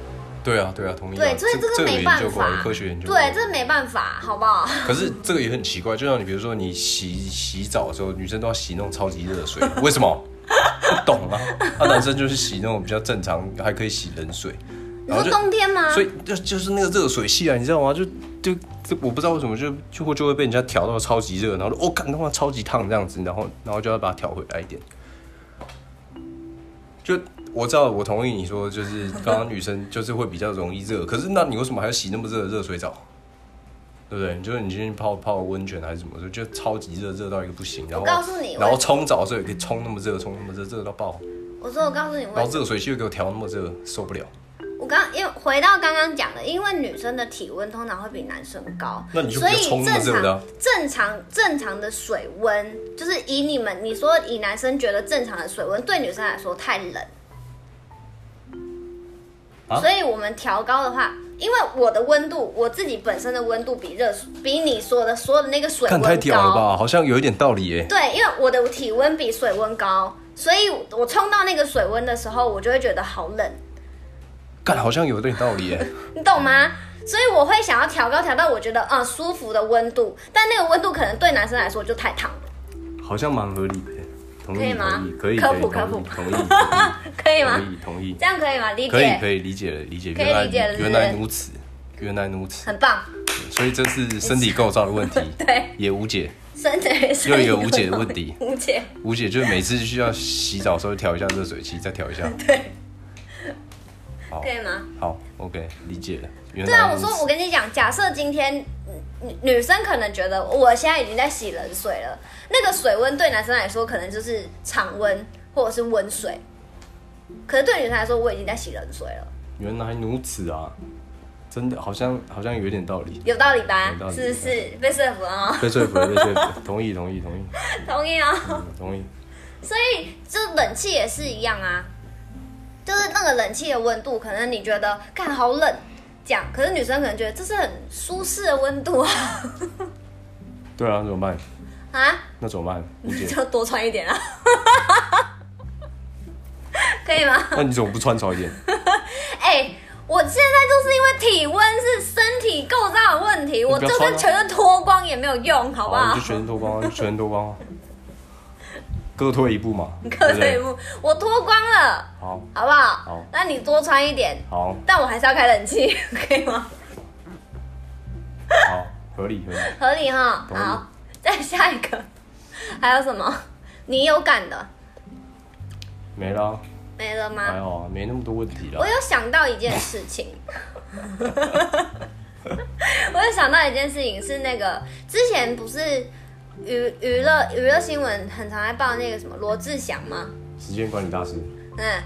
[SPEAKER 1] 对啊，对啊，同意啊。
[SPEAKER 2] 对，所以这
[SPEAKER 1] 这
[SPEAKER 2] 个
[SPEAKER 1] 有
[SPEAKER 2] 没
[SPEAKER 1] 研
[SPEAKER 2] 办
[SPEAKER 1] 究过
[SPEAKER 2] 法
[SPEAKER 1] 啊，有，科学研究过。
[SPEAKER 2] 对，这个没办法，好不好？
[SPEAKER 1] 可是这个也很奇怪，就像你比如说你洗洗澡的时候，女生都要洗那种超级热的水，为什么？不懂啊，那、男生就是洗那种比较正常，还可以洗冷水，
[SPEAKER 2] 你说
[SPEAKER 1] 然后就。
[SPEAKER 2] 冬天吗？
[SPEAKER 1] 所以就就是那个热水器啊，你知道吗？就就就我不知道为什么就就会就会被人家调到超级热，然后就哦，感他妈超级烫这样子，然后然后就要把它调回来一点。就我知道，我同意你 说，就是刚刚女生就是会比较容易热，可是那你为什么还要洗那么热的热水澡？对不对？就是你今天泡泡温泉还是什么，就就超级热，热到一个不行。然后
[SPEAKER 2] 我告诉你
[SPEAKER 1] 然后
[SPEAKER 2] 我
[SPEAKER 1] 冲澡的时候也可以冲那么热，冲那么热，热到爆。
[SPEAKER 2] 我说我告诉你为
[SPEAKER 1] 然后
[SPEAKER 2] 什么，
[SPEAKER 1] 热水器又给我调那么热，受不了。
[SPEAKER 2] 我刚因为回到刚刚讲的，因为女生的体温通常会比男生高，
[SPEAKER 1] 那你就
[SPEAKER 2] 所
[SPEAKER 1] 不
[SPEAKER 2] 以
[SPEAKER 1] 要冲那么
[SPEAKER 2] 正
[SPEAKER 1] 热的啊
[SPEAKER 2] 常正常正常的水温，就是以你们你说以男生觉得正常的水温，对女生来说太冷。
[SPEAKER 1] 啊
[SPEAKER 2] 所以我们调高的话，因为我的温度，我自己本身的温度比热水比你说的说的那个水
[SPEAKER 1] 看
[SPEAKER 2] 温
[SPEAKER 1] 太屌了
[SPEAKER 2] 高，
[SPEAKER 1] 吧，好像有一点道理耶、
[SPEAKER 2] 对，因为我的体温比水温高，所以我冲到那个水温的时候，我就会觉得好冷，
[SPEAKER 1] 干，好像有点道理耶、
[SPEAKER 2] 你懂吗？所以我会想要调高，调到我觉得嗯舒服的温度，但那个温度可能对男生来说就太烫了，
[SPEAKER 1] 好像蛮合理的耶、同意
[SPEAKER 2] 可以吗
[SPEAKER 1] 同意可以
[SPEAKER 2] 科
[SPEAKER 1] 可以
[SPEAKER 2] 普科
[SPEAKER 1] 同意
[SPEAKER 2] 普
[SPEAKER 1] 同意同
[SPEAKER 2] 可以吗？
[SPEAKER 1] 意同意
[SPEAKER 2] 这样可以吗？理解，
[SPEAKER 1] 可以可以理解了理解，
[SPEAKER 2] 可以
[SPEAKER 1] 原来
[SPEAKER 2] 理解了是不是
[SPEAKER 1] 原来如此，原来如此，
[SPEAKER 2] 很棒。
[SPEAKER 1] 所以这是身体构造的问题，
[SPEAKER 2] 对，
[SPEAKER 1] 也无解。
[SPEAKER 2] 身体
[SPEAKER 1] 又一个无解的问题，
[SPEAKER 2] 无解，
[SPEAKER 1] 无解就是每次需要洗澡的时候调一下热水器，再调一下。
[SPEAKER 2] 对，
[SPEAKER 1] 好
[SPEAKER 2] 可以吗？
[SPEAKER 1] 好，OK，理解了。原
[SPEAKER 2] 对啊，
[SPEAKER 1] 来
[SPEAKER 2] 我
[SPEAKER 1] 如此
[SPEAKER 2] 说我跟你讲，假设今天嗯女女生可能觉得我现在已经在洗冷水了，那个水温对男生来说可能就是常温或者是温水，可是对女生来说我已经在洗冷水了，
[SPEAKER 1] 原来如此啊，真的好像好像有点道理，
[SPEAKER 2] 有道理吧
[SPEAKER 1] 有道？理
[SPEAKER 2] 是不是被说服了哦？
[SPEAKER 1] 被说服了，被说服了，同意同意同意
[SPEAKER 2] 同意哦。
[SPEAKER 1] 嗯同意。
[SPEAKER 2] 所以就冷气也是一样啊，就是那个冷气的温度，可能你觉得干好冷。这样，可是女生可能觉得这是很舒适的温度啊
[SPEAKER 1] 对啊，那怎么办？
[SPEAKER 2] 啊，
[SPEAKER 1] 那怎么办？吴姐，
[SPEAKER 2] 就多穿一点啊， 可以吗？
[SPEAKER 1] 那你怎么不穿潮一点？
[SPEAKER 2] 哎、我现在就是因为体温是身体构造的问题，我
[SPEAKER 1] 不
[SPEAKER 2] 就
[SPEAKER 1] 要穿
[SPEAKER 2] 算
[SPEAKER 1] 啊
[SPEAKER 2] 全身脱光也没有用，好不
[SPEAKER 1] 好，
[SPEAKER 2] 好？
[SPEAKER 1] 你就全身脱光啊，就全身脱光啊，各退一步嘛，
[SPEAKER 2] 各退
[SPEAKER 1] 对
[SPEAKER 2] 一
[SPEAKER 1] 不对。
[SPEAKER 2] 步，我脱光了，
[SPEAKER 1] 好，
[SPEAKER 2] 好不好？
[SPEAKER 1] 好
[SPEAKER 2] 那你多穿一点，
[SPEAKER 1] 好，
[SPEAKER 2] 但我还是要开冷气， 可以吗？
[SPEAKER 1] 好，合理合理。
[SPEAKER 2] 合理哈。
[SPEAKER 1] 同意
[SPEAKER 2] 好，再下一个，还有什么？你有感的
[SPEAKER 1] 没了啊，
[SPEAKER 2] 没了吗？
[SPEAKER 1] 还好啊，没那么多问题了
[SPEAKER 2] 我。有想到一件事情， 我有想到一件事情是那个之前不是娱娱乐娱乐新闻很常在报那个什么罗志祥吗？
[SPEAKER 1] 时间管理大师，
[SPEAKER 2] 嗯，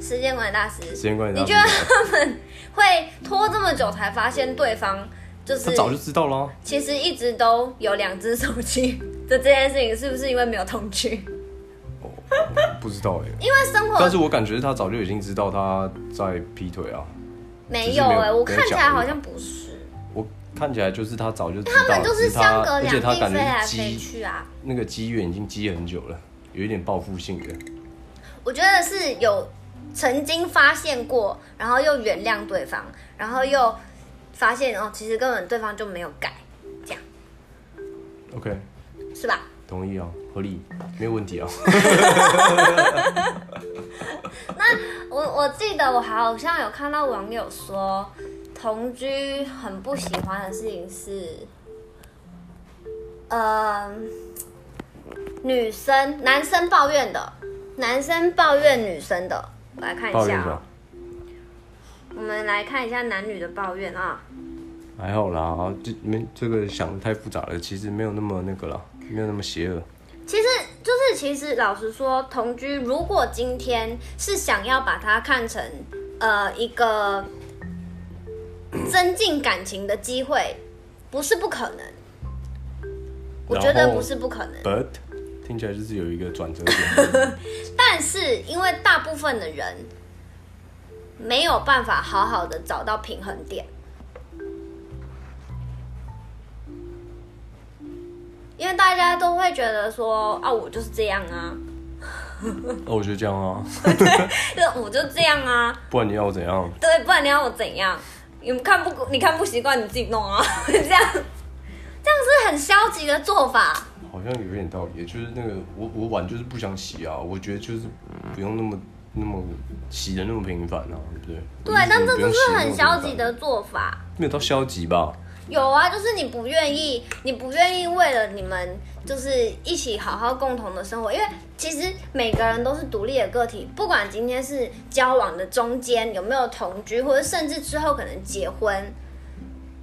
[SPEAKER 2] 时间管理大师，
[SPEAKER 1] 时间管理
[SPEAKER 2] 你
[SPEAKER 1] 大
[SPEAKER 2] 觉得
[SPEAKER 1] 师，
[SPEAKER 2] 他们会拖这么久才发现对方就是
[SPEAKER 1] 他早就知道了啊。
[SPEAKER 2] 其实一直都有两只手机 的这件事情，是不是因为没有通知？
[SPEAKER 1] 不知道哎、
[SPEAKER 2] 因为生活
[SPEAKER 1] 但是我感觉他早就已经知道他在劈腿啊。
[SPEAKER 2] 没
[SPEAKER 1] 只
[SPEAKER 2] 有
[SPEAKER 1] 是没有
[SPEAKER 2] 哎、我
[SPEAKER 1] 没有
[SPEAKER 2] 看起来
[SPEAKER 1] 讲
[SPEAKER 2] 好像不是，
[SPEAKER 1] 我看起来就是他早就知道，
[SPEAKER 2] 他们都
[SPEAKER 1] 只
[SPEAKER 2] 是相隔
[SPEAKER 1] 他而
[SPEAKER 2] 两
[SPEAKER 1] 且他
[SPEAKER 2] 地
[SPEAKER 1] 感
[SPEAKER 2] 飞来
[SPEAKER 1] 觉
[SPEAKER 2] 飞
[SPEAKER 1] 积
[SPEAKER 2] 去啊。
[SPEAKER 1] 那个积怨已经积很久了，有一点报复性的。
[SPEAKER 2] 我觉得是有曾经发现过，然后又原谅对方，然后又发现哦，其实根本对方就没有改，这样
[SPEAKER 1] OK，
[SPEAKER 2] 是吧？
[SPEAKER 1] 同意啊，合理，没有问题啊。
[SPEAKER 2] 我我记得我好像有看到网友说，同居很不喜欢的事情是，呃，女生男生抱怨的，男生抱怨女生的，我来看一
[SPEAKER 1] 抱怨
[SPEAKER 2] 下、
[SPEAKER 1] 吧
[SPEAKER 2] 哦，，我们来看一下男女的抱怨啊。
[SPEAKER 1] 还好啦，这没这个想的太复杂了，其实没有那么那个啦，没有那么邪恶。
[SPEAKER 2] 其实就是，其实老实说，同居如果今天是想要把它看成呃一个增进感情的机会，不是不可能。我觉
[SPEAKER 1] 然
[SPEAKER 2] 得
[SPEAKER 1] 后
[SPEAKER 2] 不是不可能，
[SPEAKER 1] But 听起来就是有一个转折 点，
[SPEAKER 2] 但是因为大部分的人没有办法好好的找到平衡点，因为大家都会觉得说啊，我就是这样啊，
[SPEAKER 1] 那我觉得这样啊，
[SPEAKER 2] 就我就这样啊，
[SPEAKER 1] 不然你要我怎样？
[SPEAKER 2] 对，不然你要我怎样？你们看不你看不习惯，你自己弄啊， 这样这样是很消极的做法。
[SPEAKER 1] 好像有点道理，就是那个我我碗就是不想洗啊，我觉得就是不用那么那么洗的那么频繁啊，对不对？
[SPEAKER 2] 对
[SPEAKER 1] 我就，
[SPEAKER 2] 但
[SPEAKER 1] 觉得
[SPEAKER 2] 这
[SPEAKER 1] 不
[SPEAKER 2] 就
[SPEAKER 1] 用洗
[SPEAKER 2] 是
[SPEAKER 1] 得那么
[SPEAKER 2] 很
[SPEAKER 1] 频繁
[SPEAKER 2] 消极，的做法。
[SPEAKER 1] 没有到消极吧？
[SPEAKER 2] 有啊，就是你不愿意，你不愿意为了你们就是一起好好共同的生活，因为其实每个人都是独立的个体，不管今天是交往的中间有没有同居，或者甚至之后可能结婚，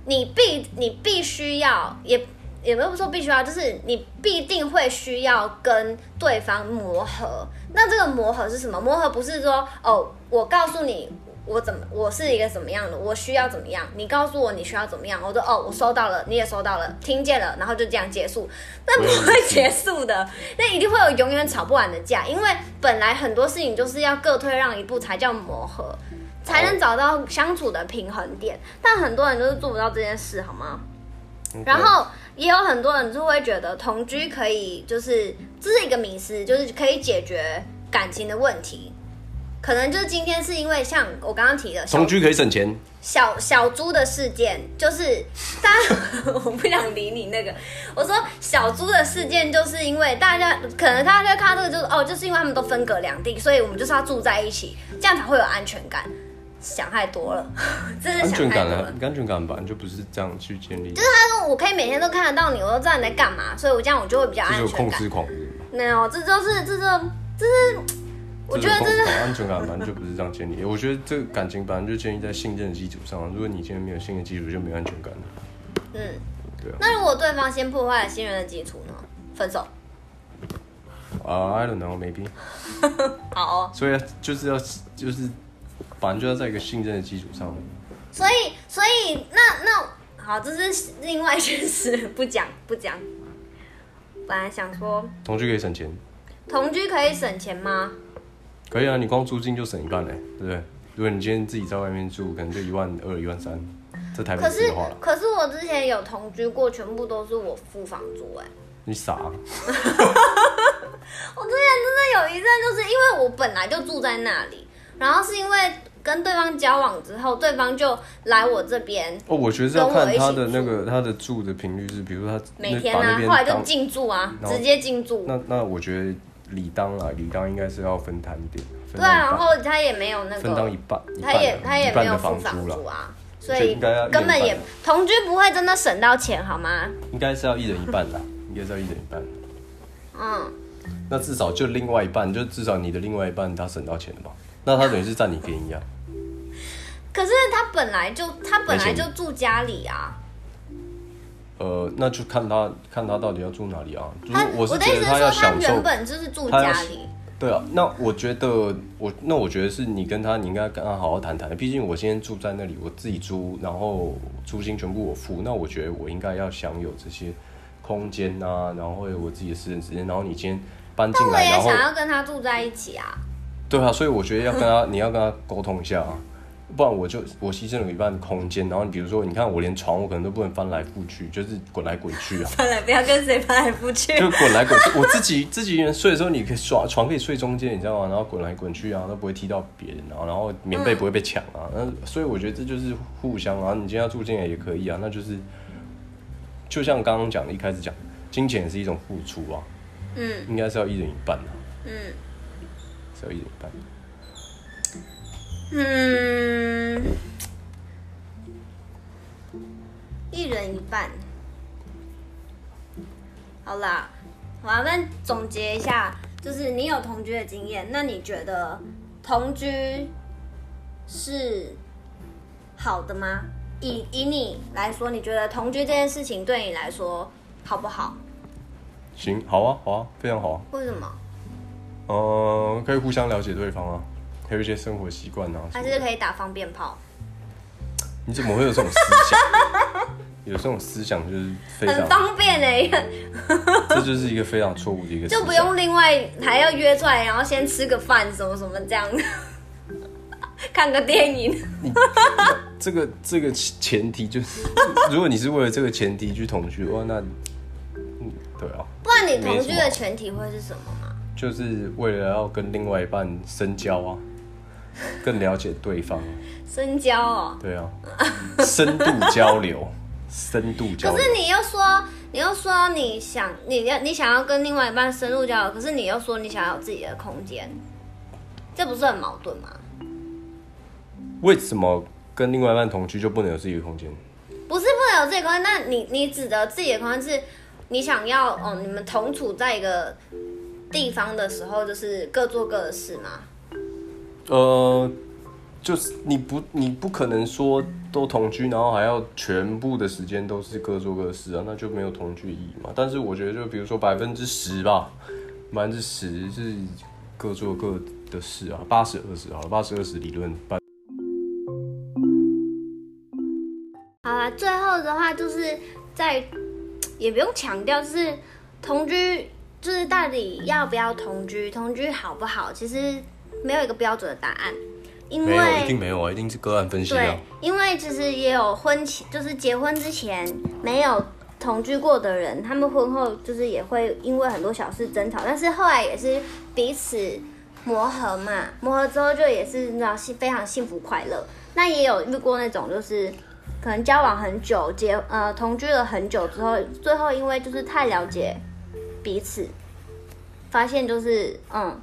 [SPEAKER 2] 你必你必须要也也没有说必须要，就是你必定会需要跟对方磨合。那这个磨合是什么？磨合不是说哦，我告诉你我怎么我是一个怎么样的，我需要怎么样，你告诉我你需要怎么样，我说哦我收到了，你也收到了，听见了，然后就这样结束，那不会结束的，那一定会有永远吵不完的架，因为本来很多事情就是要各退让一步才叫磨合。才能找到相处的平衡点。但很多人就是做不到这件事，好吗？然后也有很多人就会觉得同居可以，就是这是一个迷思，就是可以解决感情的问题。可能就是今天是因为像我刚刚提的小
[SPEAKER 1] 同居可以省钱，
[SPEAKER 2] 小小猪的事件，就是大家 我不想理你那个。我说小猪的事件，就是因为大家可能大家看到这个就是哦，就是因为他们都分隔两地，所以我们就是要住在一起，这样才会有安全感。想太多了， 真的
[SPEAKER 1] 安
[SPEAKER 2] 想
[SPEAKER 1] 全
[SPEAKER 2] 太
[SPEAKER 1] 感
[SPEAKER 2] 多了
[SPEAKER 1] 啊。，安全感本来就不是这样去建立，就
[SPEAKER 2] 他说我可以每天都看得到你，我都知道你在干嘛，所以我这样我就会比较
[SPEAKER 1] 是
[SPEAKER 2] 安
[SPEAKER 1] 有
[SPEAKER 2] 全
[SPEAKER 1] 控
[SPEAKER 2] 感。
[SPEAKER 1] 制狂。
[SPEAKER 2] 没有，这就是这这这是，我觉得
[SPEAKER 1] 这
[SPEAKER 2] 这
[SPEAKER 1] 种
[SPEAKER 2] 是
[SPEAKER 1] 恐安全感本来就不是这样建立。我觉得这个感情本来就建立在信任的基础上，如果你今天没有信任基础，就没有安全感了。
[SPEAKER 2] 嗯。
[SPEAKER 1] 对啊
[SPEAKER 2] 那如果对方先破坏了信任的基础呢？分手。
[SPEAKER 1] 啊、i don't know, maybe。
[SPEAKER 2] 好、哦，
[SPEAKER 1] 所以就是要就是，反正就要在一个信任的基础上。
[SPEAKER 2] 所以所以那那好，这是另外一件事，不讲不讲。本来想说
[SPEAKER 1] 同居可以省钱，
[SPEAKER 2] 同居可以省钱吗？
[SPEAKER 1] 可以啊，你光租金就省一半嘞，对不对？如果你今天自己在外面住，可能就一万二、一万三，在台北
[SPEAKER 2] 可
[SPEAKER 1] 市
[SPEAKER 2] 是
[SPEAKER 1] 的话啦，
[SPEAKER 2] 可是我之前有同居过，全部都是我付房租哎、
[SPEAKER 1] 你傻啊、
[SPEAKER 2] 我之前真的有一阵，就是因为我本来就住在那里，然后是因为跟对方交往之后，对方就来我这边
[SPEAKER 1] 哦，我觉得是要看他的
[SPEAKER 2] 跟我一起
[SPEAKER 1] 那个他的住的频率是，比如说他
[SPEAKER 2] 每
[SPEAKER 1] 那
[SPEAKER 2] 天
[SPEAKER 1] 把那
[SPEAKER 2] 啊，
[SPEAKER 1] 边
[SPEAKER 2] 后来就
[SPEAKER 1] 当
[SPEAKER 2] 进驻啊，
[SPEAKER 1] 然后
[SPEAKER 2] 直接进驻。
[SPEAKER 1] 那那我觉得理当啊，理当应该是要分摊一点，分
[SPEAKER 2] 对啊，
[SPEAKER 1] 担一
[SPEAKER 2] 然
[SPEAKER 1] 半
[SPEAKER 2] 后他也没有那
[SPEAKER 1] 分到
[SPEAKER 2] 个
[SPEAKER 1] 一，半，一
[SPEAKER 2] 他
[SPEAKER 1] 半
[SPEAKER 2] 也
[SPEAKER 1] 的
[SPEAKER 2] 他也
[SPEAKER 1] 一
[SPEAKER 2] 没
[SPEAKER 1] 半
[SPEAKER 2] 有
[SPEAKER 1] 的
[SPEAKER 2] 付
[SPEAKER 1] 房
[SPEAKER 2] 房
[SPEAKER 1] 啦
[SPEAKER 2] 租，啊，所
[SPEAKER 1] 所以
[SPEAKER 2] 以
[SPEAKER 1] 应该要一人
[SPEAKER 2] 根本
[SPEAKER 1] 一
[SPEAKER 2] 也
[SPEAKER 1] 半啊
[SPEAKER 2] 同居不会真的省到钱好吗？
[SPEAKER 1] 应该是要一人一半啦，应该是要一人一半。
[SPEAKER 2] 嗯，
[SPEAKER 1] 那至少就另外一半，就至少你的另外一半他省到钱了吧？那他等于是占你便 宜啊。
[SPEAKER 2] 可是他本来就他本来
[SPEAKER 1] 没钱
[SPEAKER 2] 就住家里啊，
[SPEAKER 1] 呃，那就看他看他到底要住哪里啊。如
[SPEAKER 2] 他
[SPEAKER 1] 果我是
[SPEAKER 2] 的意
[SPEAKER 1] 觉
[SPEAKER 2] 思
[SPEAKER 1] 得
[SPEAKER 2] 是说
[SPEAKER 1] 要
[SPEAKER 2] 他
[SPEAKER 1] 享受
[SPEAKER 2] 原，本就是住
[SPEAKER 1] 他要
[SPEAKER 2] 家里，
[SPEAKER 1] 对啊。那我觉得我那我觉得是你跟他，你应该跟他好好谈谈。毕竟我今天住在那里，我自己租，然后租金全部我付。那我觉得我应该要享有这些空间啊，然后有我自己的私人时间。然后你今天搬进
[SPEAKER 2] 我
[SPEAKER 1] 来，
[SPEAKER 2] 也
[SPEAKER 1] 然后
[SPEAKER 2] 想要跟他住在一起啊。
[SPEAKER 1] 对啊，所以我觉得要跟他，你要跟他沟通一下啊，不然我就我牺牲了一半的空间。然后你比如说，你看我连床我可能都不能翻来覆去，就是滚来滚去啊，
[SPEAKER 2] 翻来不要跟谁翻来覆 去。
[SPEAKER 1] 就滚来滚去。我自己自己一个人睡的时候，你可以耍床可以睡中间，你知道吗？然后滚来滚去啊，都不会踢到别人啊，然后棉
[SPEAKER 2] 嗯
[SPEAKER 1] 被不会被抢啊。那、所以我觉得这就是互相啊。你今天要住进来也可以啊，那就是就像刚刚讲的，一开始讲，金钱也是一种付出啊，
[SPEAKER 2] 嗯
[SPEAKER 1] 应该是要一人一半啊，
[SPEAKER 2] 嗯
[SPEAKER 1] 是要一人一半。
[SPEAKER 2] 嗯，一人一半。好啦，我要跟总结一下，就是你有同居的经验，那你觉得同居是好的吗？以以你来说，你觉得同居这件事情对你来说好不好？
[SPEAKER 1] 行，好啊，好啊，非常好啊。
[SPEAKER 2] 为什么？
[SPEAKER 1] 呃，可以互相了解对方啊，还有一些生活习惯啊。
[SPEAKER 2] 还是可以打方便炮？
[SPEAKER 1] 你怎么会有这种思想？有这种思想就是非
[SPEAKER 2] 很
[SPEAKER 1] 常，
[SPEAKER 2] 方便哎、
[SPEAKER 1] 这就是一个非常错误的一个思
[SPEAKER 2] 就
[SPEAKER 1] 想。
[SPEAKER 2] 不用另外还要约出来，然后先吃个饭什么什么这样， 看个电影。
[SPEAKER 1] 这个这个前提就是， 如果你是为了这个前提去同居，哇，那嗯，对啊，
[SPEAKER 2] 不然你同居的前提会是什么吗？
[SPEAKER 1] 就是为了要跟另外一半深交啊，更了解对方啊，
[SPEAKER 2] 深交哦。
[SPEAKER 1] 对啊，深度交流，深度交
[SPEAKER 2] 可
[SPEAKER 1] 流
[SPEAKER 2] 是。你又说，你又说你想，你要你想要跟另外一半深入交流，可是你又说你想要有自己的空间，这不是很矛盾吗？
[SPEAKER 1] 为什么跟另外一半同居就不能有自己的空间？
[SPEAKER 2] 不是不能有自己的空间，那你你指的自己的空间是，你想要哦，你们同处在一个地方的时候，就是各做各的事吗？
[SPEAKER 1] 呃，就是你不你不可能说都同居，然后还要全部的时间都是各做各的事啊，那就没有同居意义嘛。但是我觉得，就比如说百分之十吧，百分之十是各做各的事啊，八十二十好了，八十二十理论，百
[SPEAKER 2] 好啦，最后的话就是在也不用强调，就是同居，就是到底要不要同居，同居好不好，其实没有一个标准的答案。因
[SPEAKER 1] 没有，一定
[SPEAKER 2] 为
[SPEAKER 1] 没有啊，一定是个案分析啊
[SPEAKER 2] 对。，因为其实也有婚前，就是结婚之前没有同居过的人，他们婚后就是也会因为很多小事争吵，但是后来也是彼此磨合嘛，磨合之后就也是你知道幸非常幸福快乐。那也有遇过那种就是。可能交往很久，结呃同居了很久之后，最后因为就是太了解彼此，发现就是嗯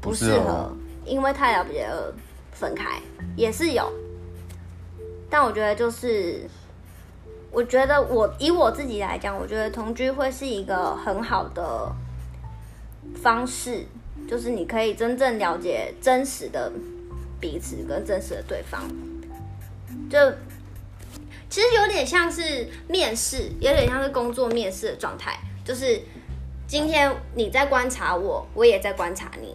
[SPEAKER 2] 不
[SPEAKER 1] 不
[SPEAKER 2] 适
[SPEAKER 1] 是
[SPEAKER 2] 合，
[SPEAKER 1] 哦
[SPEAKER 2] 因为太了解而分开也是有。但我觉得就是，我觉得我以我自己来讲，我觉得同居会是一个很好的方式，就是你可以真正了解真实的彼此跟真实的对方，就。其实有点像是面试，有点像是工作面试的状态，就是今天你在观察我，我也在观察你，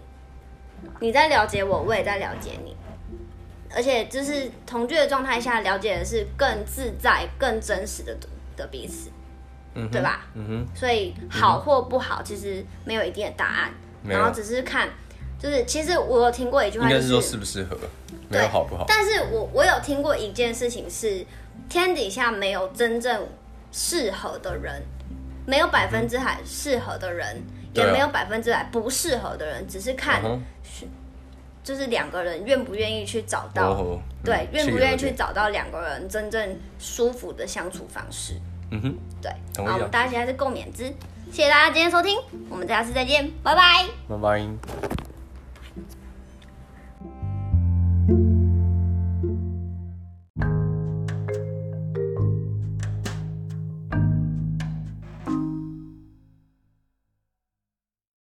[SPEAKER 2] 你在了解我，我也在了解你，而且就是同居的状态下，了解的是更自在、更真实的的彼此，
[SPEAKER 1] 嗯哼
[SPEAKER 2] 对？吧？
[SPEAKER 1] 嗯哼，
[SPEAKER 2] 所以好或不好，其实没有一定的答案，
[SPEAKER 1] 没有啊
[SPEAKER 2] 然后只是看，就是其实我有听过一句
[SPEAKER 1] 应
[SPEAKER 2] 话，就
[SPEAKER 1] 该是说适不适合，没
[SPEAKER 2] 对
[SPEAKER 1] 有好不好。
[SPEAKER 2] 但是我我有听过一件事情是，天底下没有真正适合的人，没有百分之百适合的人，也
[SPEAKER 1] 对啊
[SPEAKER 2] 没有百分之百不适合的人，只是看
[SPEAKER 1] 嗯哼
[SPEAKER 2] 就是两个人愿不愿意去找
[SPEAKER 1] 哦
[SPEAKER 2] 到，
[SPEAKER 1] 吼，嗯
[SPEAKER 2] 对，愿不愿意？去
[SPEAKER 1] 契合
[SPEAKER 2] 找到两个人真正舒服的相处方式。
[SPEAKER 1] 嗯哼，
[SPEAKER 2] 对，
[SPEAKER 1] 同意
[SPEAKER 2] 好，
[SPEAKER 1] 啊
[SPEAKER 2] 我们大家现在是共勉之，谢谢大家今天收听，我们下次再见，拜拜。
[SPEAKER 1] 拜拜。